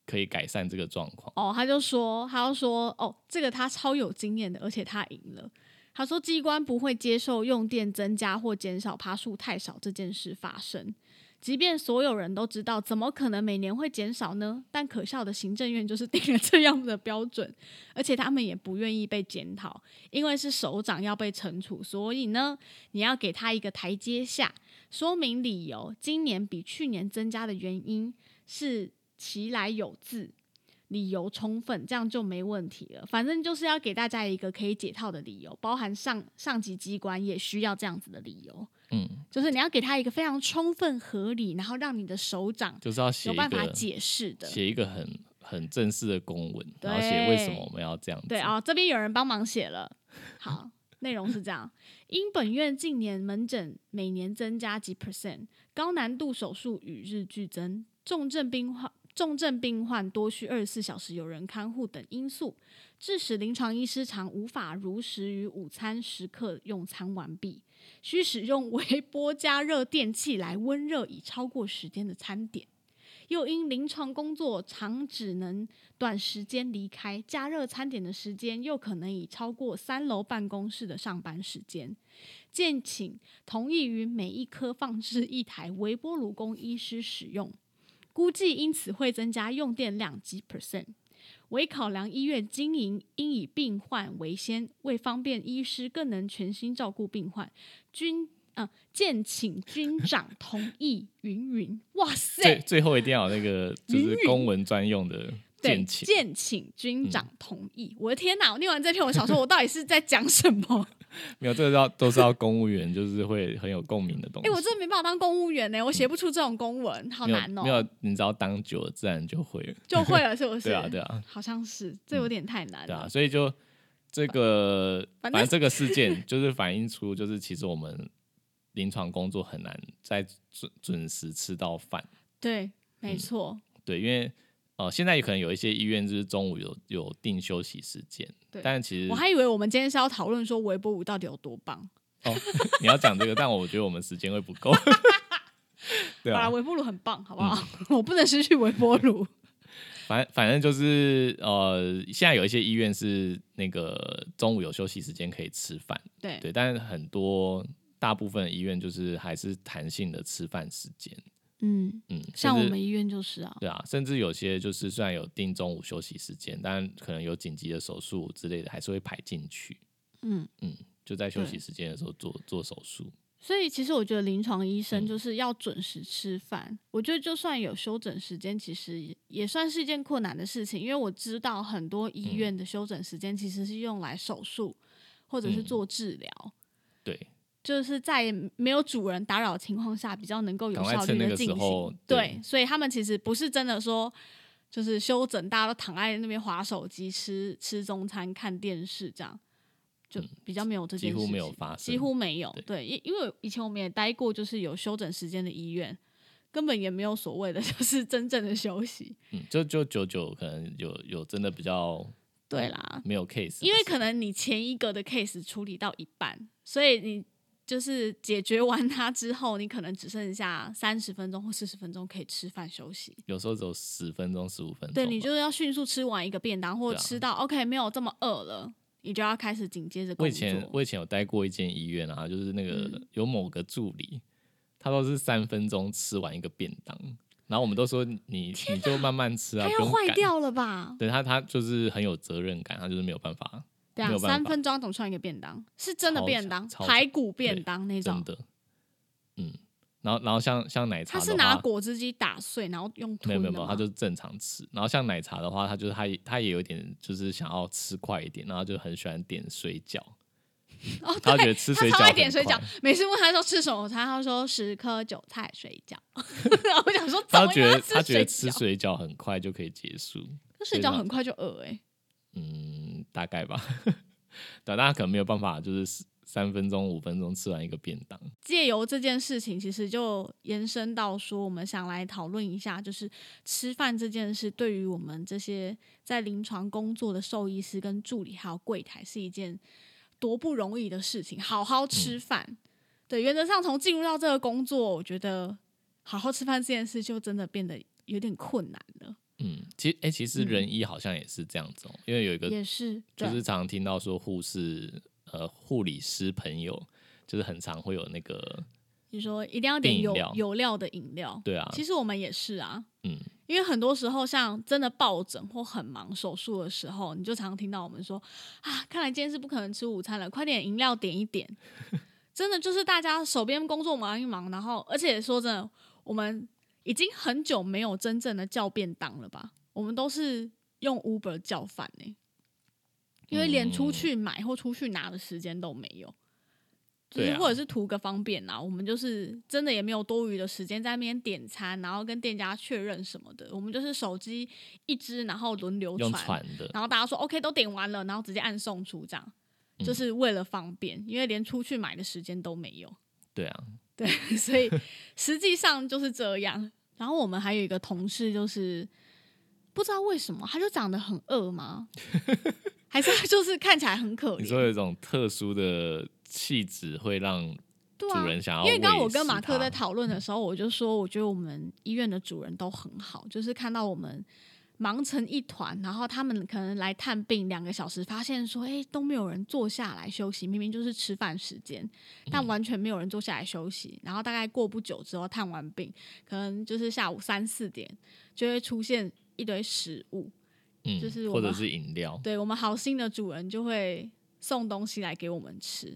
Speaker 3: 可以改善这个状况。
Speaker 1: 哦，他就说，他就说，哦，这个他超有经验的，而且他赢了。他说，机关不会接受用电增加或减少趴数太少这件事发生。即便所有人都知道，怎么可能每年会减少呢？但可笑的，行政院就是定了这样的标准，而且他们也不愿意被检讨，因为是首长要被惩处，所以呢，你要给他一个台阶下，说明理由。今年比去年增加的原因是其来有自，理由充分，这样就没问题了。反正就是要给大家一个可以解套的理由，包含上上级机关也需要这样子的理由，
Speaker 3: 嗯，
Speaker 1: 就是你要给他一个非常充分合理，然后让你的首长
Speaker 3: 就是要写
Speaker 1: 有
Speaker 3: 一
Speaker 1: 办法
Speaker 3: 个
Speaker 1: 解释的。
Speaker 3: 写一个很很正式的公文，然后写为什么我们要这样子。
Speaker 1: 对啊、哦，这边有人帮忙写了。好，内容是这样： 因本院近年门诊每年增加几 percent，高难度手术与日俱增，重症病患。重症病患多需二十四小时有人看护等因素，致使临床医师常无法如实于午餐时刻用餐完毕，需使用微波加热电器来温热已超过时间的餐点。又因临床工作常只能短时间离开，加热餐点的时间又可能已超过三楼办公室的上班时间。建请同意于每一科放置一台微波炉供医师使用，估计因此会增加用电量几 percent。为考量医院经营应以病患为先，为方便医师更能全心照顾病患，均呃建请军长同意云云。哇
Speaker 3: 最
Speaker 1: 塞，
Speaker 3: 最后一定要有 那个就是公文专用的
Speaker 1: 对，
Speaker 3: 见请。嗯
Speaker 1: 建请军长同意。我的天哪！我念完这篇，我想说，我到底是在讲什 么？
Speaker 3: 没有，这个要都是要公务员，就是会很有共鸣的东
Speaker 1: 哎、
Speaker 3: 西。
Speaker 1: 我真的没办法当公务员呢、我写不出这种公 文，好
Speaker 3: 没有
Speaker 1: 难哦、
Speaker 3: 没有，你只要当久了，自然就会了。
Speaker 1: 就会了，是不是？
Speaker 3: 对啊，对啊，
Speaker 1: 好像是，这有点太难
Speaker 3: 对啊，
Speaker 1: 了。
Speaker 3: 所以就这个，
Speaker 1: 反
Speaker 3: 反
Speaker 1: 正
Speaker 3: 正这个事件 就是反映出，就是其实我们临床工作很难在准准时吃到饭。嗯
Speaker 1: 对，没错，
Speaker 3: 对，因为呃，现在有可能有一些医院就是中午有有定休息时间
Speaker 1: 对，
Speaker 3: 但其实
Speaker 1: 我还以为我们今天是要讨论说微波炉到底有多棒。
Speaker 3: 哦，你要讲这个，但 我觉得我们时间会不 够。对
Speaker 1: 好
Speaker 3: 啊嗯
Speaker 1: 啦，，微波炉很棒，好不好？ 我不能失去微波炉。
Speaker 3: 反反正就是呃，现在有一些医院是那个中午有休息时间可以吃饭，
Speaker 1: 对，
Speaker 3: 对，但是很多大部分医院就是还是弹性的吃饭时间，
Speaker 1: 嗯，
Speaker 3: 嗯，甚
Speaker 1: 像我
Speaker 3: 至
Speaker 1: 们医院就是啊，
Speaker 3: 对啊，甚至有些就是虽然有定中午休息时间，但可能有紧急的手术之类的，还是会排进去，
Speaker 1: 嗯。
Speaker 3: 嗯，就在休息
Speaker 1: 对
Speaker 3: 时间的时候做做手术，
Speaker 1: 所以其实我觉得临床医生
Speaker 3: 嗯
Speaker 1: 就是要准时吃饭。我觉得就算有休整时间，其实也也算是一件困难的事情，因为我知道很多
Speaker 3: 嗯
Speaker 1: 医院的休整时间其实是用来手术或者是
Speaker 3: 嗯
Speaker 1: 做治疗。
Speaker 3: 对，
Speaker 1: 就是在没有主人打扰的情况下，比较能够有
Speaker 3: 赶快
Speaker 1: 效
Speaker 3: 趁
Speaker 1: 率
Speaker 3: 那
Speaker 1: 的
Speaker 3: 个
Speaker 1: 进
Speaker 3: 时候
Speaker 1: 行。对，所以他们其实不是真的说，就是休整，大家都躺在那边划手机、吃吃中餐、看电视这样，就比较没有这件
Speaker 3: 嗯几
Speaker 1: 事情，
Speaker 3: 乎没有发生，
Speaker 1: 几乎没有
Speaker 3: 对。
Speaker 1: 对，因因为以前我们也待过，就是有休整时间的医院，根本也没有所谓的 就是真正的休息。
Speaker 3: 嗯，就就久久可能有有真的比较
Speaker 1: 对啦，
Speaker 3: 没有 case，
Speaker 1: 啊因为
Speaker 3: 的时候
Speaker 1: 可能你前一个的 case 处理到一半，所以你就是解决完它之后，你可能只剩下三十分钟或四十分钟可以吃饭休息。
Speaker 3: 有时候只有十分钟十五分钟吧，
Speaker 1: 对你就是要迅速吃完一个便当，或
Speaker 3: 对啊
Speaker 1: 吃到、OK 没有这么饿了，你就要开始紧接着
Speaker 3: 我
Speaker 1: 工
Speaker 3: 以
Speaker 1: 作。
Speaker 3: 前我以前有待过一间医院啊，就是那个、
Speaker 1: 嗯
Speaker 3: 有某个助理，他都是三分钟吃完一个便当，然后我们都说你你就慢慢吃啊，
Speaker 1: 它
Speaker 3: 不
Speaker 1: 要
Speaker 3: 用
Speaker 1: 坏
Speaker 3: 赶。
Speaker 1: 掉了吧？
Speaker 3: 对他他就是很有责任感，他就是没有办法，
Speaker 1: 对啊
Speaker 3: 没，有办法
Speaker 1: 三分钟总算一个便当，是真的
Speaker 3: 超
Speaker 1: 便
Speaker 3: 强
Speaker 1: 当，
Speaker 3: 超
Speaker 1: 排
Speaker 3: 强
Speaker 1: 骨便
Speaker 3: 对
Speaker 1: 当那种
Speaker 3: 真。的，嗯。然后然后像像奶茶
Speaker 1: 它
Speaker 3: 的
Speaker 1: 是
Speaker 3: 话，
Speaker 1: 拿果汁机打碎，然后用
Speaker 3: 没
Speaker 1: 吞
Speaker 3: 有没
Speaker 1: 的
Speaker 3: 有没有，他
Speaker 1: 吗
Speaker 3: 就是正常吃。然后像奶茶的话，他就是他也他也有点就是想要吃快一点，然后就很喜欢点水饺，
Speaker 1: 哦，
Speaker 3: 他觉
Speaker 1: 对，
Speaker 3: 得吃
Speaker 1: 他
Speaker 3: 水饺
Speaker 1: 超爱点水
Speaker 3: 很
Speaker 1: 饺
Speaker 3: 快，
Speaker 1: 每次问他说吃什么餐，他说十颗韭菜水饺。 然后我想说，怎
Speaker 3: 他
Speaker 1: 么
Speaker 3: 觉得
Speaker 1: 样
Speaker 3: 他觉得吃
Speaker 1: 饺
Speaker 3: 水饺很快就可以结束，
Speaker 1: 那水饺很快就饿哎、欸，
Speaker 3: 嗯，大概吧。对，啊大家可能没有办法，就是三分钟、五分钟吃完一个便当。
Speaker 1: 借由这件事情，其实就延伸到说，我们想来讨论一下，就是吃饭这件事对于我们这些在临床工作的兽医师、跟助理还有柜台是一件多不容易的事情。好好吃
Speaker 3: 嗯
Speaker 1: 饭，对，原则上从进入到这个工作，我觉得好好吃饭这件事就真的变得有点困难了。
Speaker 3: 嗯，其实哎、其实
Speaker 1: 嗯
Speaker 3: 仁医好像也是这样子、哦，因为有一个
Speaker 1: 也是，
Speaker 3: 就
Speaker 1: 对，
Speaker 3: 是常常听到说护士呃护理师朋友，就是很常会有那个
Speaker 1: 你说一定要点
Speaker 3: 订饮
Speaker 1: 有
Speaker 3: 料
Speaker 1: 有料的饮料，
Speaker 3: 对啊，
Speaker 1: 其实我们也是啊，
Speaker 3: 嗯，
Speaker 1: 因为很多时候，像真的抱枕或很忙手术的时候，你就常听到我们说啊，看来今天是不可能吃午餐了，快点饮料点一点。 真的就是大家手边工作忙一忙，然后而且说真的，我们已经很久没有真正的叫便当了吧？我们都是用 Uber 叫饭呢、因为连出去买或出去拿的时间都没有。就
Speaker 3: 对
Speaker 1: 是
Speaker 3: 啊
Speaker 1: 或者是图个方便啊啦，我们就是真的也没有多余的时间在那边点餐，然后跟店家确认什么的，我们就是手机一支，然后轮流
Speaker 3: 用
Speaker 1: 传，
Speaker 3: 传的，
Speaker 1: 然后大家说 OK 都点完了，然后直接按送出这样，
Speaker 3: 嗯
Speaker 1: 就是为了方便，因为连出去买的时间都没有，
Speaker 3: 对啊，
Speaker 1: 对， 所 以实际上就是这样。然后我们还有一个同事，就是不知道为什么他就长得很饿 吗？还是他就是看起来很可
Speaker 3: 你说有
Speaker 1: 怜？
Speaker 3: 一种特殊的气质会让
Speaker 1: 对啊
Speaker 3: 主，人想要、
Speaker 1: 因为刚刚我跟马克在，讨论
Speaker 3: 嗯
Speaker 1: 的时候，我就说，我觉得我们医院的主人都很好，就是看到我们忙成一团，然后他们可能来探病两个小时，发现说，哎，都没有人坐下来休息，明明就是吃饭时间，
Speaker 3: 嗯
Speaker 1: 但完全没有人坐下来休息。然后大概过不久之后，探完病，可能就是下午三四点就会出现一堆食物，
Speaker 3: 嗯，
Speaker 1: 就是我
Speaker 3: 或
Speaker 1: 们
Speaker 3: 者是饮料，
Speaker 1: 对我们好心的主人就会送东西来给我们吃，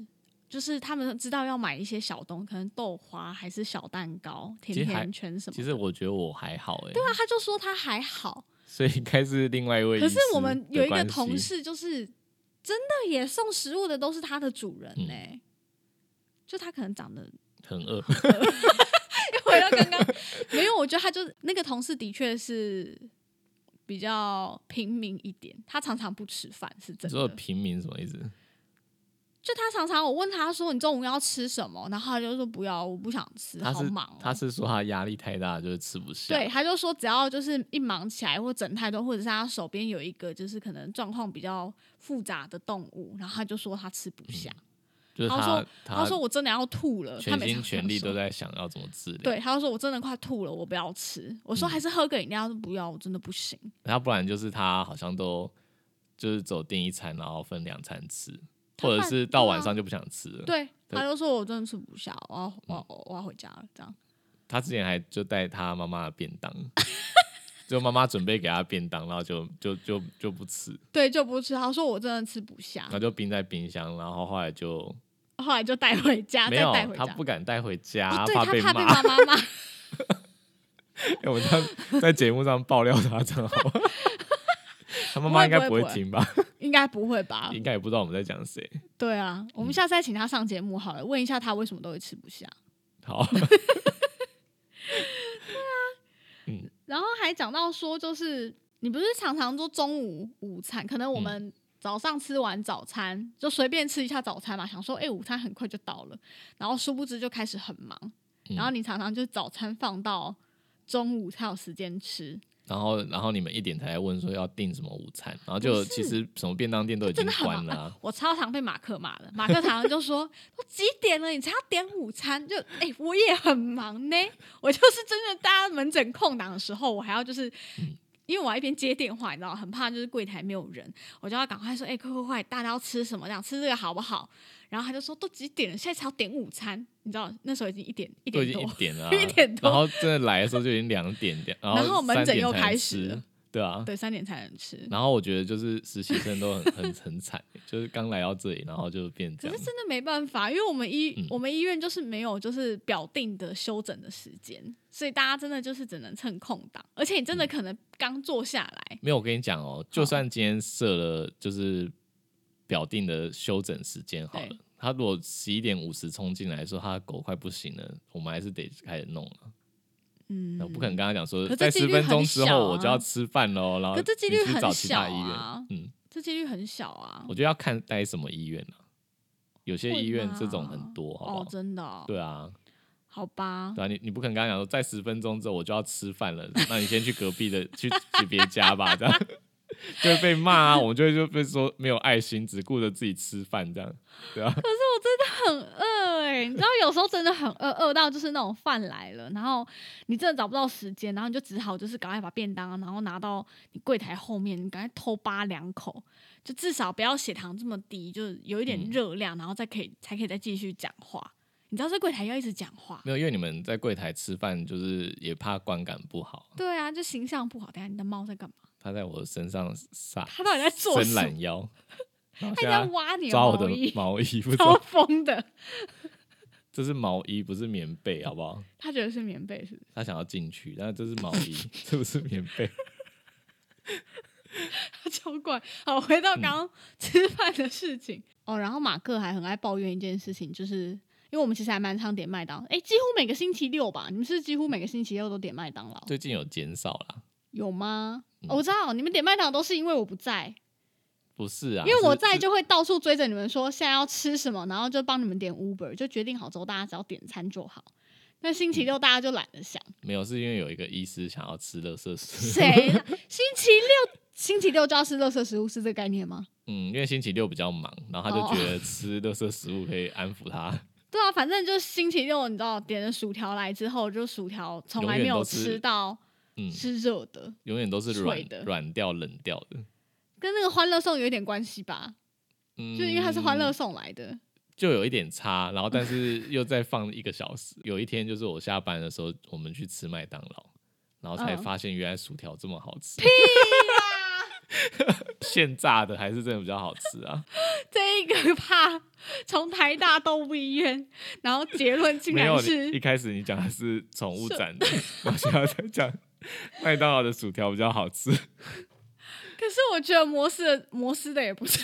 Speaker 1: 就是他们知道要买一些小东西，可能豆花还是小蛋糕、
Speaker 3: 其
Speaker 1: 甜
Speaker 3: 实还
Speaker 1: 甜圈什么
Speaker 3: 其
Speaker 1: 的。
Speaker 3: 实我觉得我还好哎、对
Speaker 1: 那他就说他还好，
Speaker 3: 所以应该是另外一位医
Speaker 1: 啊可
Speaker 3: 师的关
Speaker 1: 是
Speaker 3: 系。
Speaker 1: 我们有一个同事就是真的也送食物的都是他的主人
Speaker 3: 嗯
Speaker 1: 呢、就他可能长得
Speaker 3: 很饿，
Speaker 1: 回到刚刚，没有，我觉得他就是那个同事的确是比较平民一点，他常常不吃饭是
Speaker 3: 你
Speaker 1: 真
Speaker 3: 说
Speaker 1: 的。
Speaker 3: 平民什么意思？
Speaker 1: 就他常常我问他说你中午要吃什么，然后他就说不要，我不想吃，
Speaker 3: 他
Speaker 1: 好
Speaker 3: 是
Speaker 1: 忙、哦。
Speaker 3: 他是说他压力太大，就是吃不下。
Speaker 1: 对，，他就说只要就是一忙起来或整太多，或者是他手边有一个就是可能状况比较复杂的动物，然后他就说他吃不下，
Speaker 3: 就是
Speaker 1: 他
Speaker 3: 嗯他
Speaker 1: 说他说我真的要吐了，他
Speaker 3: 全
Speaker 1: 每次
Speaker 3: 心
Speaker 1: 这样
Speaker 3: 全力
Speaker 1: 说
Speaker 3: 都在想要怎么治疗。，
Speaker 1: 对，他就说我真的快吐了，我不要吃。我
Speaker 3: 嗯
Speaker 1: 说还是喝个饮料，他说不要，我真的不行。
Speaker 3: 然后不然就是他好像都就是走订一餐，然后分两餐吃，
Speaker 1: 他
Speaker 3: 或者
Speaker 1: 饭
Speaker 3: 是到
Speaker 1: 对
Speaker 3: 晚
Speaker 1: 啊
Speaker 3: 上就不想吃了。
Speaker 1: 对，
Speaker 3: 对嗯
Speaker 1: 他就说我真的吃不下，我要我要我要回家了，这样。
Speaker 3: 他之前还就带他妈妈的便 当，就妈妈准备给他便当，然后就就就就不吃，
Speaker 1: 对，就不吃。他说我真的吃不下
Speaker 3: 然，后就冰在冰箱，然后后来就
Speaker 1: 后来就带回家，
Speaker 3: 没
Speaker 1: 啊再
Speaker 3: 有
Speaker 1: 带回
Speaker 3: 他
Speaker 1: 家。
Speaker 3: 不敢带回家，
Speaker 1: 哦，对
Speaker 3: 怕
Speaker 1: 他
Speaker 3: 被
Speaker 1: 怕被妈
Speaker 3: 骂。
Speaker 1: 妈骂，
Speaker 3: 哎我这样在节目上爆料他这 样好吗？他
Speaker 1: 不
Speaker 3: 妈妈
Speaker 1: 会
Speaker 3: 应该
Speaker 1: 不
Speaker 3: 不
Speaker 1: 会
Speaker 3: 会
Speaker 1: 不会
Speaker 3: 听吧？
Speaker 1: 应该不会吧？
Speaker 3: 应该也不知道我们在讲谁。
Speaker 1: 对啊，我们下次再请他上节目好了，问一下他为什么都会吃不下。
Speaker 3: 好，
Speaker 1: 然后还讲到说，就是你不是常常说中午午餐，可能我们早上吃完早餐就随便吃一下早餐嘛，想说哎、诶午餐很快就到了，然后殊不知就开始很忙，
Speaker 3: 嗯
Speaker 1: 然后你常常就早餐放到中午才有时间吃，
Speaker 3: 然后然后你们一点才来问说要订什么午餐，然后就
Speaker 1: 不是
Speaker 3: 其实什么便当店都已经
Speaker 1: 真的很
Speaker 3: 关
Speaker 1: 忙、
Speaker 3: 了啊、
Speaker 1: 啊我超常被马克骂的，马克常常就说都几点了，你才要点午餐？就哎、我也很忙呢，我就是真的大家门诊空档的时候，我还要就是。因为我要一边接电话，你知道，很怕就是柜台没有人，我就要赶快说，哎、快快快，大家要吃什么？这样吃这个好不好？然后他就说都几点了，现在才要点午餐，你知道，那时候已经一点一
Speaker 3: 都
Speaker 1: 点
Speaker 3: 已经
Speaker 1: 多
Speaker 3: 一，点了 啊、
Speaker 1: 一点多
Speaker 3: 然后真的来的时候就已经两点点，然后
Speaker 1: 然后门诊
Speaker 3: 三点
Speaker 1: 又
Speaker 3: 才
Speaker 1: 开
Speaker 3: 能
Speaker 1: 始
Speaker 3: 吃
Speaker 1: 了，
Speaker 3: 对啊。
Speaker 1: 对，三点才能吃。
Speaker 3: 然后我觉得就是实习生都很很很惨，就是刚来到这里，然后就变这
Speaker 1: 可
Speaker 3: 样
Speaker 1: 是。真的没办法，因为我们医、
Speaker 3: 嗯
Speaker 1: 我们医院就是没有就是表定的休整的时间，所以大家真的就是只能趁空档，而且你
Speaker 3: 嗯
Speaker 1: 真的可能刚坐下来，
Speaker 3: 没有，我跟你讲哦，就算今天设了就是表定的休整时间好了
Speaker 1: 对，
Speaker 3: 他如果十一点五十冲进来说他的狗快不行了，我们还是得开始弄了。
Speaker 1: 嗯
Speaker 3: 我不可能跟他讲说，
Speaker 1: 可这
Speaker 3: 在
Speaker 1: 几
Speaker 3: 十
Speaker 1: 率
Speaker 3: 分
Speaker 1: 很
Speaker 3: 钟之
Speaker 1: 小
Speaker 3: 后我就要
Speaker 1: 啊
Speaker 3: 吃饭喽，然后
Speaker 1: 可这几
Speaker 3: 呃你
Speaker 1: 率
Speaker 3: 去
Speaker 1: 很
Speaker 3: 找其他
Speaker 1: 小
Speaker 3: 医院。
Speaker 1: 啊
Speaker 3: 嗯，
Speaker 1: 这几率很小啊
Speaker 3: 我。觉得要看待什么医院啊，有些
Speaker 1: 会
Speaker 3: 医院
Speaker 1: 吗
Speaker 3: 这种很多，好不好？
Speaker 1: 哦，真的、哦，
Speaker 3: 对啊，
Speaker 1: 好吧，
Speaker 3: 对啊，你你不可能跟他讲说，在十分钟之后我就要吃饭了，那你先去隔壁的去去别家吧，这样就会被骂啊，我们就会就被说没有爱心，只顾着自己吃饭这样，对啊，
Speaker 1: 很饿哎、你知道有时候真的很饿，饿到就是那种饭来了，然后你真的找不到时间，然后你就只好就是赶快把便当，然后拿到你柜台后面，你赶快偷扒两口，就至少不要血糖这么低，就是有一点
Speaker 3: 嗯
Speaker 1: 热量，然后再可以才可以再继续讲话。你知道在柜台要一直讲话，
Speaker 3: 没有，因为你们在柜台吃饭就是也怕观感不好，
Speaker 1: 对啊，就形象不好。等一下你的猫在干 嘛？
Speaker 3: 他在我身上撒
Speaker 1: 它到底在做
Speaker 3: 伸
Speaker 1: 什么？
Speaker 3: 懒腰，然后
Speaker 1: 它
Speaker 3: 现
Speaker 1: 在
Speaker 3: 在
Speaker 1: 挖你
Speaker 3: 抓我
Speaker 1: 毛
Speaker 3: 的
Speaker 1: 衣，
Speaker 3: 毛衣，不是
Speaker 1: 超疯的。
Speaker 3: 这是毛衣，不是棉被，好不好？
Speaker 1: 他觉得是棉被是不是？
Speaker 3: 他想要进去，但是这是毛衣， 这不是棉 被。
Speaker 1: 他 超怪。好，回
Speaker 3: 嗯
Speaker 1: 到刚刚吃饭的事情、哦，然后马克还很爱抱怨一件事情，就是因为我们其实还蛮常点麦当劳，哎，几乎每个星期六吧，你们是几乎每个星期六都点麦当劳，
Speaker 3: 最近有减少啦，
Speaker 1: 有吗、
Speaker 3: 嗯
Speaker 1: 哦我知道你们点麦当劳都是因为我不在，
Speaker 3: 不是啊，
Speaker 1: 因为我
Speaker 3: 是
Speaker 1: 在
Speaker 3: 是
Speaker 1: 就会到处追着你们说现在要吃什么，然后就帮你们点 Uber，就决定好之后大家只要点餐就好。那星期
Speaker 3: 嗯
Speaker 1: 六大家就懒得 想，
Speaker 3: 没有，是因为有一个医师想要吃乐色食。
Speaker 1: 谁啦星期六星期六就要吃垃圾食物是这个概念吗？
Speaker 3: 嗯，因为星期六比较忙，然后他
Speaker 1: 哦
Speaker 3: 就觉得吃乐色食物可以安抚他。
Speaker 1: 对啊，反正就星期六，你知道点了薯条来之后，就薯条从来没
Speaker 3: 永远
Speaker 1: 有
Speaker 3: 都是
Speaker 1: 吃到
Speaker 3: 嗯，
Speaker 1: 是热的，
Speaker 3: 永远都是
Speaker 1: 脆
Speaker 3: 软
Speaker 1: 的
Speaker 3: 软掉、冷掉的。
Speaker 1: 跟那个欢乐颂有一点关系吧？
Speaker 3: 嗯，
Speaker 1: 就因为它是欢乐，颂来的，
Speaker 3: 就有一点差，然后但是又再放一个小时。有一天就是我下班的时候，我们去吃麦当劳，然后才
Speaker 1: 嗯
Speaker 3: 发现原来薯条这么好吃。 现炸的还是真的比较好吃啊！
Speaker 1: 这一个 怕从台大动物医院，然后结论竟
Speaker 3: 没有，
Speaker 1: 然
Speaker 3: 你一
Speaker 1: 是
Speaker 3: 开始你讲的是宠物展的，然后现在在 讲麦当劳的薯条比较好吃。
Speaker 1: 可是我觉得摩斯的摩斯的也不错，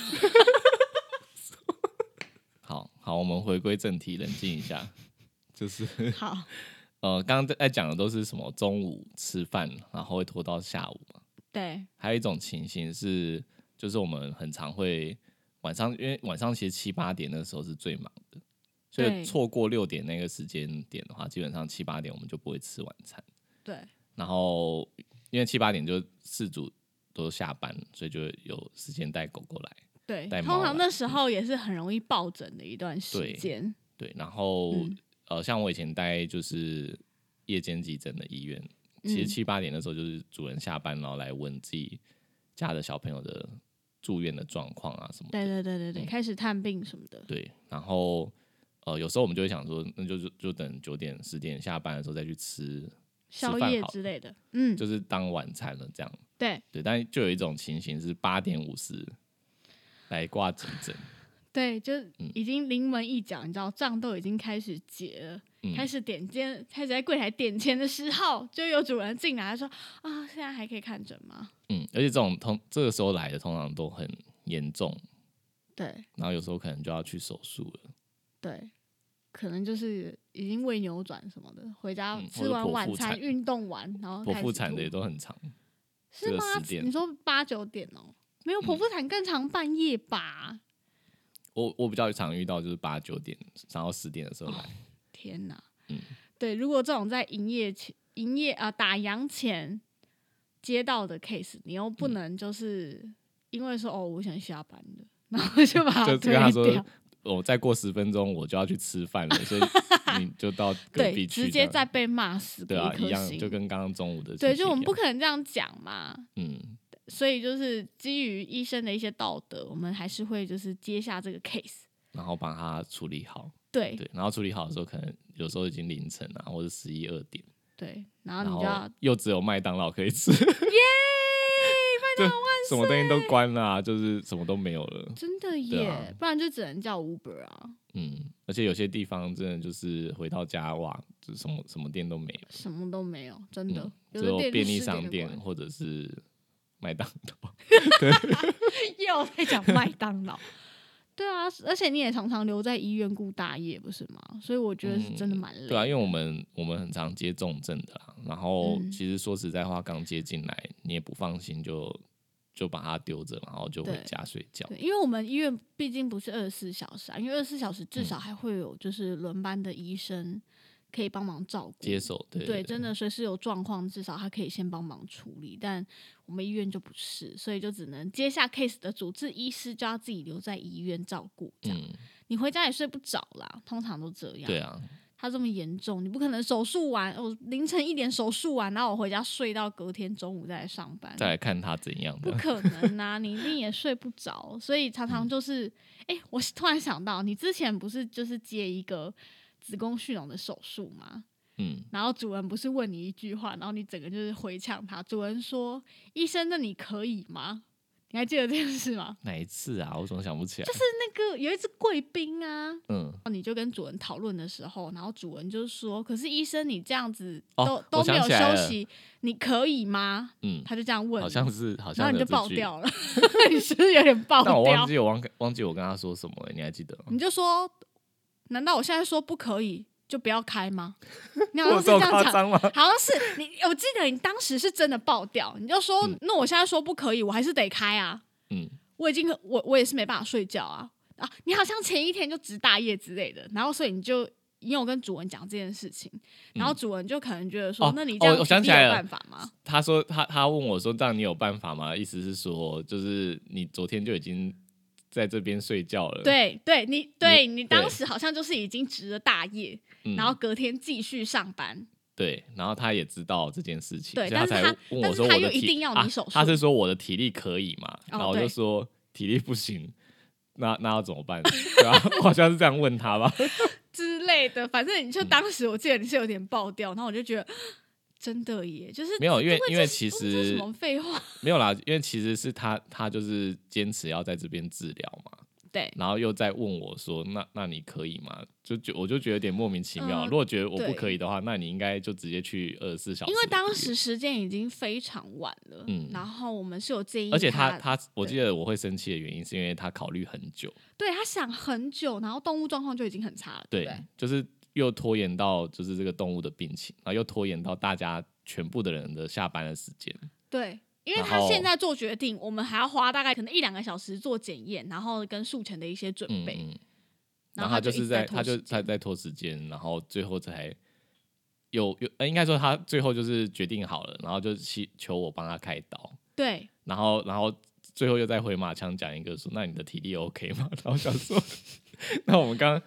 Speaker 3: 好好，我们回归正题，冷静一下。 就是
Speaker 1: 好，
Speaker 3: 呃，刚刚在讲的都是什么中午吃饭，然后会拖到下午嘛。
Speaker 1: 对，
Speaker 3: 还有一种情形是，就是我们很常会晚上，因为晚上其实七八点那时候是最忙的，所以
Speaker 1: 对
Speaker 3: 错过六点那个时间点的话，基本上七八点我们就不会吃晚餐。
Speaker 1: 对，
Speaker 3: 然后因为七八点就事主都下班，所以就有时间带狗狗来。
Speaker 1: 对，
Speaker 3: 带猫
Speaker 1: 通常
Speaker 3: 来
Speaker 1: 那时候也是很容易抱枕的一段时
Speaker 3: 对
Speaker 1: 间，
Speaker 3: 对，然后、
Speaker 1: 嗯
Speaker 3: 呃，像我以前待就是夜间急诊的医院，其实
Speaker 1: 嗯
Speaker 3: 七八点的时候就是主人下班，然后来问自己家的小朋友的住院的状况啊什么的。
Speaker 1: 对对对对对，开始探病什么的，
Speaker 3: 对，然后呃，有时候我们就会想说，那就是就等九点十点下班的时候再去吃，
Speaker 1: 宵
Speaker 3: 饭
Speaker 1: 夜
Speaker 3: 好
Speaker 1: 之类的，嗯，
Speaker 3: 就是当晚餐了这样。
Speaker 1: 对
Speaker 3: 对，但就有一种情形是八点五十来挂急诊，
Speaker 1: 对，就是
Speaker 3: 嗯
Speaker 1: 已经临门一脚，你知道账都已经开始结了，
Speaker 3: 嗯
Speaker 1: 开始点签，开始在柜台点钱的时候，就有主人进来说啊，现在还可以看诊吗？
Speaker 3: 嗯，而且这种通这个时候来的通常都很严重，
Speaker 1: 对
Speaker 3: 然后有时候可能就要去手术了，
Speaker 1: 对，可能就是已经胃扭转什么的，回家
Speaker 3: 嗯或
Speaker 1: 吃
Speaker 3: 者
Speaker 1: 完
Speaker 3: 剖
Speaker 1: 晚
Speaker 3: 腹
Speaker 1: 餐
Speaker 3: 产
Speaker 1: 运动完，然后
Speaker 3: 剖
Speaker 1: 哦开
Speaker 3: 腹
Speaker 1: 始
Speaker 3: 产的也
Speaker 1: 吐
Speaker 3: 都很长。
Speaker 1: 是
Speaker 3: 这个
Speaker 1: 吗
Speaker 3: 时？间嗯
Speaker 1: 你说八九点哦，没有剖腹产更长半夜吧？
Speaker 3: 我我比较常遇到就是八九点，然后十点的时候来，
Speaker 1: 天哪！
Speaker 3: 嗯
Speaker 1: 对，如果这种在营业前、营业啊、打烊前接到的 case，你又
Speaker 3: 嗯
Speaker 1: 不能就是因为说哦，我想下班了，然后就把它
Speaker 3: 就
Speaker 1: 推
Speaker 3: 跟他
Speaker 1: 掉
Speaker 3: 说，我、再过十分钟我就要去吃饭了，所以 你就到隔
Speaker 1: 对，
Speaker 3: 壁去这样，
Speaker 1: 直接再被骂死给
Speaker 3: 对啊，一
Speaker 1: 颗
Speaker 3: 样
Speaker 1: 星。
Speaker 3: 就跟刚刚中午的
Speaker 1: 对，
Speaker 3: 情
Speaker 1: 就我
Speaker 3: 形
Speaker 1: 们
Speaker 3: 一
Speaker 1: 不
Speaker 3: 样
Speaker 1: 可能这样讲嘛，
Speaker 3: 嗯
Speaker 1: 所以就是基于医生的一些道德，我们还是会就是接下这个 case。，
Speaker 3: 然后把它处理好，
Speaker 1: 对
Speaker 3: 对，然后处理好的时候可能有时候已经凌晨啊，或者十一二点，
Speaker 1: 对，然后
Speaker 3: 然
Speaker 1: 你就要
Speaker 3: 后又只有麦当劳可以吃，耶，麦 当劳什么东西
Speaker 1: 欸
Speaker 3: 都关了啊、就是什么都没有了，
Speaker 1: 真的
Speaker 3: 对
Speaker 1: 耶，
Speaker 3: 啊
Speaker 1: 不然就只能叫 Uber 啊。
Speaker 3: 嗯，而且有些地方真的就是回到家哇，就什么什么店都没有。
Speaker 1: 什么都没有，真的。
Speaker 3: 嗯
Speaker 1: 有
Speaker 3: 只
Speaker 1: 的
Speaker 3: 有
Speaker 1: 店
Speaker 3: 便利
Speaker 1: 是
Speaker 3: 商
Speaker 1: 店
Speaker 3: 店或者 是麦当劳。
Speaker 1: 又在讲麦当劳。 对啊，而且你也常常留在医院顾大业，不是吗？所以我觉得是真的蛮累的、
Speaker 3: 对啊，因为我们我们很常接重症的啦，然后
Speaker 1: 嗯
Speaker 3: 其实说实在话，刚接进来你也不放心就，就把它丢着，然后就回
Speaker 1: 对
Speaker 3: 家睡觉。
Speaker 1: 对，因为我们医院毕竟不是二十四小时啊，因为二十四小时至少还会有就是轮班的医生可以帮忙照顾。
Speaker 3: 接手对
Speaker 1: 对，真的随时有状况，至少他可以先帮忙处理。但我们医院就不是，所以就只能接下 case 的主治医师就要自己留在医院照顾。这样、
Speaker 3: 嗯，
Speaker 1: 你回家也睡不着啦，通常都这样。
Speaker 3: 对啊，
Speaker 1: 他这么严重，你不可能手术完，我凌晨一点手术完，然后我回家睡到隔天中午再来上班。
Speaker 3: 再来看他怎样
Speaker 1: 不
Speaker 3: 的。
Speaker 1: 可能啊，你一定也睡不着，所以常
Speaker 3: 嗯
Speaker 1: 常就是，哎、我突然想到，你之前不是就是接一个子宫蓄脓的手术吗？
Speaker 3: 嗯，
Speaker 1: 然后主人不是问你一句话，然后你整个就是回呛他。主人说：“医生，那你可以吗？”你还记得这件事吗？
Speaker 3: 哪一次啊？我怎么想不起来？就是
Speaker 1: 那个有一只贵宾啊，
Speaker 3: 嗯，
Speaker 1: 你就跟主人讨论的时候，然后主人就说：“可是医生，你这样子
Speaker 3: 哦
Speaker 1: 都、
Speaker 3: 我
Speaker 1: 都没
Speaker 3: 想
Speaker 1: 有
Speaker 3: 起来
Speaker 1: 休
Speaker 3: 了
Speaker 1: 息，你可以吗？”
Speaker 3: 嗯，
Speaker 1: 他就这样问你，
Speaker 3: 好像是，好
Speaker 1: 然
Speaker 3: 像
Speaker 1: 后你
Speaker 3: 有
Speaker 1: 就
Speaker 3: 这
Speaker 1: 爆
Speaker 3: 句，
Speaker 1: 掉了， 你是不是有点爆
Speaker 3: 但我忘
Speaker 1: 掉？
Speaker 3: 记我忘忘记我跟他说什么了，你还记得吗？
Speaker 1: 你就说：“难道我现在说不可以就不要开吗？”你好
Speaker 3: 我
Speaker 1: 像是这
Speaker 3: 有这么
Speaker 1: 样
Speaker 3: 夸
Speaker 1: 讲，
Speaker 3: 张吗？
Speaker 1: 好像是你，我记得你当时是真的爆掉，你就说：“
Speaker 3: 嗯
Speaker 1: 那我现在说不可以，我还是得开啊！
Speaker 3: 嗯，
Speaker 1: 我已经我我也是没办法睡觉啊啊！”你好像前一天就值大夜之类的，然后所以你就。你有跟主人讲这件事情，然后主人就可能觉得说：“
Speaker 3: 嗯哦
Speaker 1: 那你这样
Speaker 3: 哦我
Speaker 1: 体
Speaker 3: 想
Speaker 1: 力
Speaker 3: 起来
Speaker 1: 有
Speaker 3: 了
Speaker 1: 办法吗？”
Speaker 3: 他说他他问我说：“这样你有办法吗？”意思是说，就是你昨天就已经在这边睡觉了。，
Speaker 1: 对对，你对
Speaker 3: 你
Speaker 1: 你当
Speaker 3: 对
Speaker 1: 时好像就是已经值了大夜，
Speaker 3: 嗯、
Speaker 1: 然后隔天继续上班。
Speaker 3: 对，然后他也知道这件事情，
Speaker 1: 对
Speaker 3: 所以
Speaker 1: 但是
Speaker 3: 才
Speaker 1: 他
Speaker 3: 问
Speaker 1: 但
Speaker 3: 我
Speaker 1: 是
Speaker 3: 说
Speaker 1: 他
Speaker 3: 我的
Speaker 1: 又一
Speaker 3: 体
Speaker 1: 定要
Speaker 3: 啊
Speaker 1: 你手
Speaker 3: 他
Speaker 1: 术哦
Speaker 3: 是说我的体力可以嘛？然后我就
Speaker 1: 对
Speaker 3: 说体力不行，那那要怎么办？对啊，我好像是这样问他吧。
Speaker 1: 之类的，反正你就当时我记得你是有点爆掉，然后我就觉得啊真的耶，就是
Speaker 3: 没有因为
Speaker 1: 这
Speaker 3: 因为
Speaker 1: 这
Speaker 3: 其
Speaker 1: 这这什
Speaker 3: 实
Speaker 1: 么废 话，
Speaker 3: 没有啦，因为其实是他他就是坚持要在这边治疗嘛，
Speaker 1: 对
Speaker 3: 然后又在问我说：“那那你可以吗？”就就我就觉得有点莫名其妙。
Speaker 1: 嗯
Speaker 3: 如果觉得我不
Speaker 1: 对
Speaker 3: 可以的话，那你应该就直接去二十四小时的
Speaker 1: 因
Speaker 3: 医院。
Speaker 1: 为当时时间已经非常晚了，
Speaker 3: 嗯
Speaker 1: 然后我们是有建议，
Speaker 3: 而且他他我
Speaker 1: 对
Speaker 3: 记得我会生气的原因是因为他考虑很久，
Speaker 1: 对他想很久，然后动物状况就已经很差了，对
Speaker 3: 对
Speaker 1: 不对，
Speaker 3: 就是又拖延到就是这个动物的病情，然后又拖延到大家全部的人的下班的时间。
Speaker 1: 对。因为
Speaker 3: 然
Speaker 1: 他
Speaker 3: 后
Speaker 1: 现在做决定，我们还要花大概可能一两个小时做检验，然后跟术前的一些准
Speaker 3: 嗯
Speaker 1: 备，
Speaker 3: 嗯，
Speaker 1: 然
Speaker 3: 后他
Speaker 1: 就是一直在
Speaker 3: 在
Speaker 1: 拖
Speaker 3: 他就
Speaker 1: 时
Speaker 3: 他
Speaker 1: 间
Speaker 3: 在拖时间，然后最后才有有、呃应该说他最后就是决定好了，然后就希求我帮他开刀，
Speaker 1: 对，
Speaker 3: 然后然后最后又再回马枪讲一个说，那你的体力 OK 吗？ 然后想说，那我们刚刚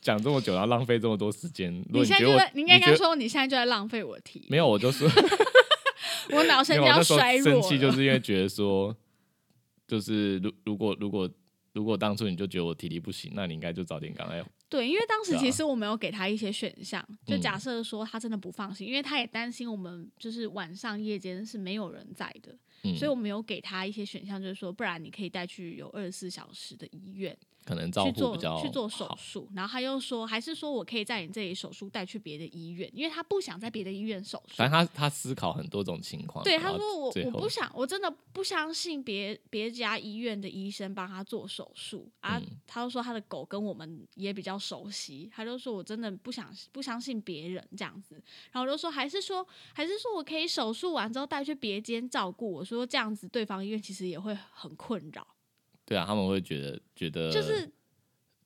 Speaker 3: 讲这么久，然后浪费这么多时间，
Speaker 1: 你
Speaker 3: 如果你
Speaker 1: 现
Speaker 3: 觉
Speaker 1: 在
Speaker 3: 得
Speaker 1: 就
Speaker 3: 我
Speaker 1: 在，你应该跟
Speaker 3: 你觉
Speaker 1: 他
Speaker 3: 得
Speaker 1: 说你现在就在浪费我的题，
Speaker 3: 没有，我 就说。
Speaker 1: 我脑神经
Speaker 3: 没有，我
Speaker 1: 要
Speaker 3: 那时候
Speaker 1: 衰弱
Speaker 3: 生
Speaker 1: 了。
Speaker 3: 气就是因为觉得说，就是如如果如果如果当初你就觉得我体力不行，那你应该就早点赶快。
Speaker 1: 对，因为当时
Speaker 3: 对啊
Speaker 1: 其实我们有给他一些选项，就
Speaker 3: 嗯
Speaker 1: 假设说他真的不放心，因为他也担心我们就是晚上夜间是没有人在的，
Speaker 3: 嗯，
Speaker 1: 所以我们有给他一些选项，就是说不然你可以带去有二十四小时的医院
Speaker 3: 可能照
Speaker 1: 去
Speaker 3: 顾
Speaker 1: 做
Speaker 3: 比较
Speaker 1: 去做手
Speaker 3: 好
Speaker 1: 术，然后他又说还是说我可以在你这里手术带去别的医院，因为他不想在别的医院手术，
Speaker 3: 反正他他思考很多种情况。
Speaker 1: 对，
Speaker 3: 然
Speaker 1: 他
Speaker 3: 后
Speaker 1: 说我
Speaker 3: 最
Speaker 1: 我
Speaker 3: 后
Speaker 1: 不想，我真的不相信别别家医院的医生帮他做手术啊。
Speaker 3: 嗯
Speaker 1: 他就说他的狗跟我们也比较熟悉，他就说我真的不想不相信别人这样子。然后我就说还是说还是说我可以手术完之后带去别间照顾。我说这样子对方医院其实也会很困扰，
Speaker 3: 对啊，他们会觉得觉得
Speaker 1: 就是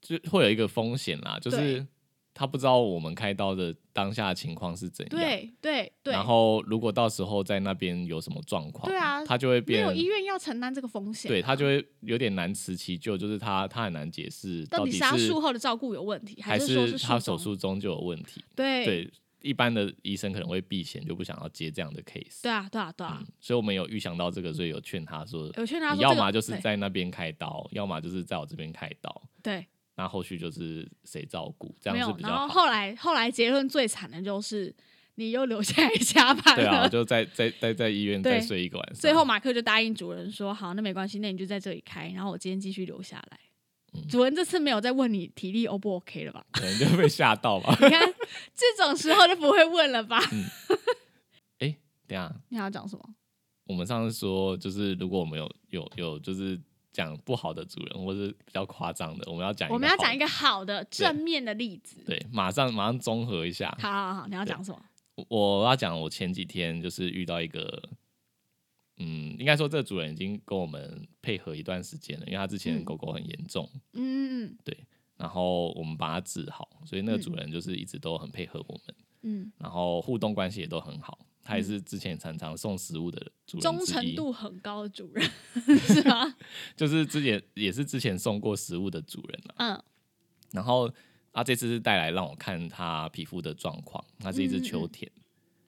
Speaker 3: 就会有一个风险啦，就是
Speaker 1: 对
Speaker 3: 他不知道我们开刀的当下的情况是怎样。
Speaker 1: 对对对，
Speaker 3: 然后，如果到时候在那边有什么状况，
Speaker 1: 对啊
Speaker 3: 他就会
Speaker 1: 没
Speaker 3: 变
Speaker 1: 有医院要承担这个风险啊，
Speaker 3: 对他就会有点难辞其咎，就是他他很难解释
Speaker 1: 到
Speaker 3: 底
Speaker 1: 是他
Speaker 3: 是
Speaker 1: 术后的照顾有问题，
Speaker 3: 还
Speaker 1: 是说是
Speaker 3: 他手
Speaker 1: 中
Speaker 3: 术中就有问题。
Speaker 1: 对
Speaker 3: 对，一般的医生可能会避嫌，就不想要接这样的 case。
Speaker 1: 对啊对啊对啊
Speaker 3: 嗯，，所以我们有预想到这个，所以有劝他说，
Speaker 1: 有劝他说
Speaker 3: 你要
Speaker 1: 这个
Speaker 3: 么就是
Speaker 1: 对
Speaker 3: 在那边开刀，要么就是在我这边开刀，
Speaker 1: 对。
Speaker 3: 那后续就是谁照顾，这
Speaker 1: 没
Speaker 3: 样
Speaker 1: 有
Speaker 3: 是，比较
Speaker 1: 然后
Speaker 3: 好。
Speaker 1: 后来后来结论最惨的就是你又留下来加班
Speaker 3: 对啊，
Speaker 1: 了。
Speaker 3: 就啊在在在在医院
Speaker 1: 对
Speaker 3: 再睡一个晚上。
Speaker 1: 最后马克就答应主人说：“好，那没关系，那你就在这里开，然后我今天继续留下来。
Speaker 3: 嗯
Speaker 1: 主人这次没有再问你体力 O 不 OK 了吧？
Speaker 3: 可能就被吓到吧。
Speaker 1: 你看这种时候就不会问了吧？
Speaker 3: 对啊，
Speaker 1: 你还要讲什么？
Speaker 3: 我们上次说，就是如果我们有有有就是讲不好的主人，或是比较夸张的，我们要讲一个
Speaker 1: 我们要讲一
Speaker 3: 个
Speaker 1: 个好的正面的例子。
Speaker 3: 对，马上马上综合一下。
Speaker 1: 好好好，你要讲什么？
Speaker 3: 我我要讲，我前几天就是遇到一个，嗯，应该说这个主人已经跟我们配合一段时间了，因为他之前
Speaker 1: 嗯
Speaker 3: 狗狗很严重，
Speaker 1: 嗯
Speaker 3: 然后我们把它治好，所以那个
Speaker 1: 嗯
Speaker 3: 主人就是一直都很配合我们，
Speaker 1: 嗯
Speaker 3: 然后互动关系也都很好。他也是之前常常送食物的主
Speaker 1: 嗯，
Speaker 3: 人
Speaker 1: 忠
Speaker 3: 之
Speaker 1: 诚
Speaker 3: 一，
Speaker 1: 度很高的主人是吗？
Speaker 3: 就是之前也是之前送过食物的主人了。
Speaker 1: 嗯
Speaker 3: 然后他这次是带来让我看他皮肤的状况，它是一只秋田。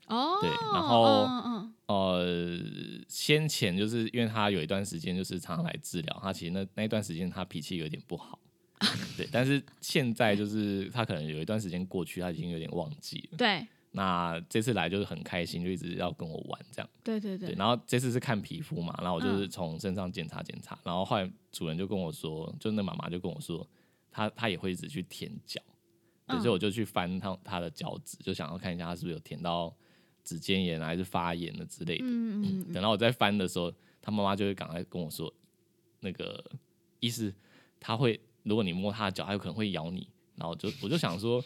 Speaker 1: 哦，
Speaker 3: 对然后
Speaker 1: 嗯嗯
Speaker 3: 呃，先前就是因为他有一段时间就是常常来治疗，他其实那那一段时间他脾气有点不好，对，但是现在就是他可能有一段时间过去，他已经有点忘记了
Speaker 1: 嗯。对
Speaker 3: 那这次来就是很开心，就一直要跟我玩这样。
Speaker 1: 对对
Speaker 3: 对，
Speaker 1: 对，
Speaker 3: 然后这次是看皮肤嘛，然后我就是
Speaker 1: 嗯
Speaker 3: 从身上检查检查，然后后来主人就跟我说，就那妈妈就跟我说，她她也会一直去舔脚，对，
Speaker 1: 嗯
Speaker 3: 所以我就去翻她她的脚趾，就想要看一下她是不是有舔到指尖炎啊，还是发炎的之类的。
Speaker 1: 嗯嗯嗯
Speaker 3: 等到我再翻的时候，她妈妈就会赶快跟我说，那个意思她会，如果你摸她的脚，她有可能会咬你。然后就我就想说，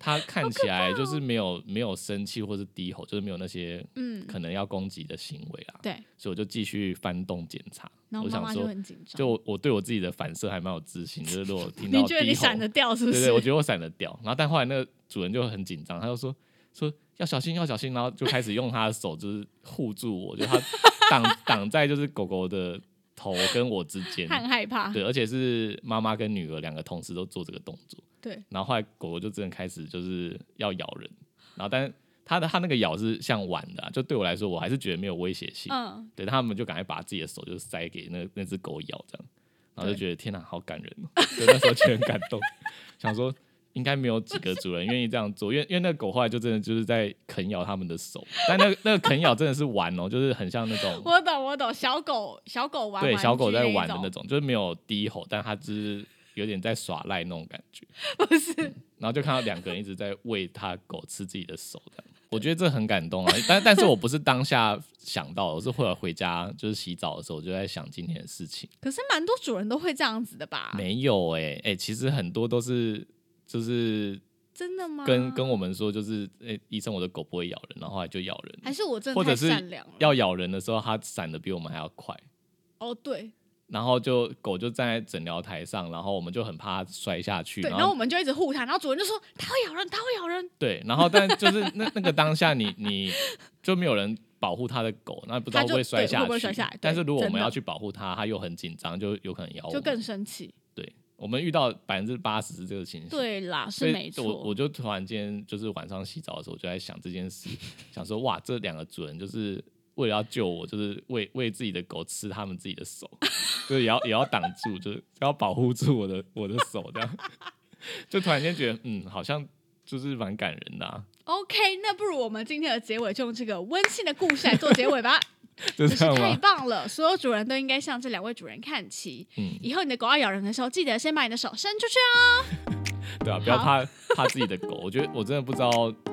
Speaker 3: 她看起来
Speaker 1: 哦
Speaker 3: 就是没有、没有生气或是低吼，就是没有那些
Speaker 1: 嗯，
Speaker 3: 可能要攻击的行为啊。
Speaker 1: 对，
Speaker 3: 所以我就继续翻动检查。
Speaker 1: 然后
Speaker 3: 我
Speaker 1: 妈
Speaker 3: 想
Speaker 1: 妈就
Speaker 3: 说，
Speaker 1: 很紧张，
Speaker 3: 就我我对我自己的反射还蛮有自信，就是如果听到
Speaker 1: 哦你觉得你
Speaker 3: 低吼
Speaker 1: 闪得掉是不
Speaker 3: 对
Speaker 1: 是？
Speaker 3: 对，我觉得我闪得掉。然后但后来那个主人就很紧张，他就说说要小心要小心，然后就开始用他的手就是护住我，就他挡挡在就是狗狗的头跟我之 间。
Speaker 1: 很害怕，
Speaker 3: 对，而且是妈妈跟女儿两个同时都做这个动作。
Speaker 1: 对，
Speaker 3: 然后后来狗狗就真的开始就是要咬人，然后但是它的它那个咬是像玩的啊、就对我来说我还是觉得没有威胁性。
Speaker 1: 嗯，
Speaker 3: 对他们就赶快把自己的手就塞给那那只狗咬，这样，然后就
Speaker 1: 对
Speaker 3: 觉得天哪、好感人哦、对，那时候就很感动， 想说应该没有几个主人愿意这样做，因为因为那个狗后来就真的就是在啃咬他们的手，但那个那个啃咬真的是玩哦、就是很像那 种
Speaker 1: 我懂我懂，小狗小狗玩
Speaker 3: 对
Speaker 1: 玩
Speaker 3: 小狗
Speaker 1: 具
Speaker 3: 在
Speaker 1: 一
Speaker 3: 玩的那
Speaker 1: 种，
Speaker 3: 种，就是没有低吼，但它只是有点在耍赖那种感觉。
Speaker 1: 不是
Speaker 3: 然后就看到两个人一直在喂他狗吃自己的手， 这样我觉得这很感动啊。但但是我不是当下想到的，我是后来回家就是洗澡的时候，我就在想今天的事情。
Speaker 1: 可是蛮多主人都会这样子的吧？
Speaker 3: 没有哎、欸、哎、其实很多都是就是
Speaker 1: 真的吗？
Speaker 3: 跟跟我们说，就是哎、欸医生我的狗不会咬人，然后后来就咬人，
Speaker 1: 还是我真的
Speaker 3: 或者
Speaker 1: 太
Speaker 3: 是
Speaker 1: 善良了？
Speaker 3: 要咬人的时候，它闪的比我们还要快。
Speaker 1: 哦，对
Speaker 3: 然后就狗就站在诊疗台上，然后我们就很怕它摔下去，
Speaker 1: 对，然后我们就一直护它，然后主人就说它会咬人，它会咬人，
Speaker 3: 对，然后但就是那那个当下你，你就没有人保护他的狗，那不知道
Speaker 1: 它
Speaker 3: 会
Speaker 1: 就
Speaker 3: 不会摔
Speaker 1: 对
Speaker 3: 下去。
Speaker 1: 会不会摔下来
Speaker 3: 但是
Speaker 1: 对
Speaker 3: 如果我
Speaker 1: 真
Speaker 3: 们
Speaker 1: 的
Speaker 3: 要去保护它，它又很紧张，就有可能咬我们。
Speaker 1: 就更生气。
Speaker 3: 对，我们遇到百分之八十是这个情形。，
Speaker 1: 对啦，
Speaker 3: 所
Speaker 1: 是没
Speaker 3: 以我
Speaker 1: 错
Speaker 3: 我，就突然间就是晚上洗澡的时候，我就在想这件事，想说哇，这两个主人就是为了要救我，就是为为自己的狗吃他们自己的手，就是也要也要挡住，就是要保护住我的我的手，这样 就突然间觉得嗯，好像就是蛮感人的、啊。
Speaker 1: OK，那不如我们今天的结尾就用这个温馨的故事来做结尾 吧，
Speaker 3: 就
Speaker 1: 真
Speaker 3: 这
Speaker 1: 是
Speaker 3: 样
Speaker 1: 太
Speaker 3: 吗？
Speaker 1: 棒了！所有主人都应该向这两位主人看齐。
Speaker 3: 嗯，
Speaker 1: 以后你的狗要咬人的时候，记得先把你的手伸出去哦。
Speaker 3: 对啊，不要
Speaker 1: 好
Speaker 3: 怕怕自己的狗。我 觉得我真的不知道，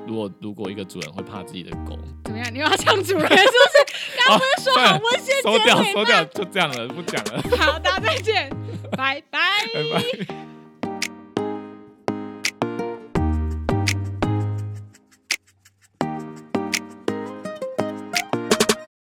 Speaker 3: 如果如果一个主人会怕自己的狗，啊
Speaker 1: 怎么样？你又要呛主人是不是？ 刚刚不是说
Speaker 3: 算
Speaker 1: 好
Speaker 3: 了
Speaker 1: 温馨
Speaker 3: 哦收
Speaker 1: 结
Speaker 3: 掉
Speaker 1: 尾
Speaker 3: 收掉，就这样了，不讲了，
Speaker 1: 吗？好，大家再见，拜拜。
Speaker 3: 拜拜。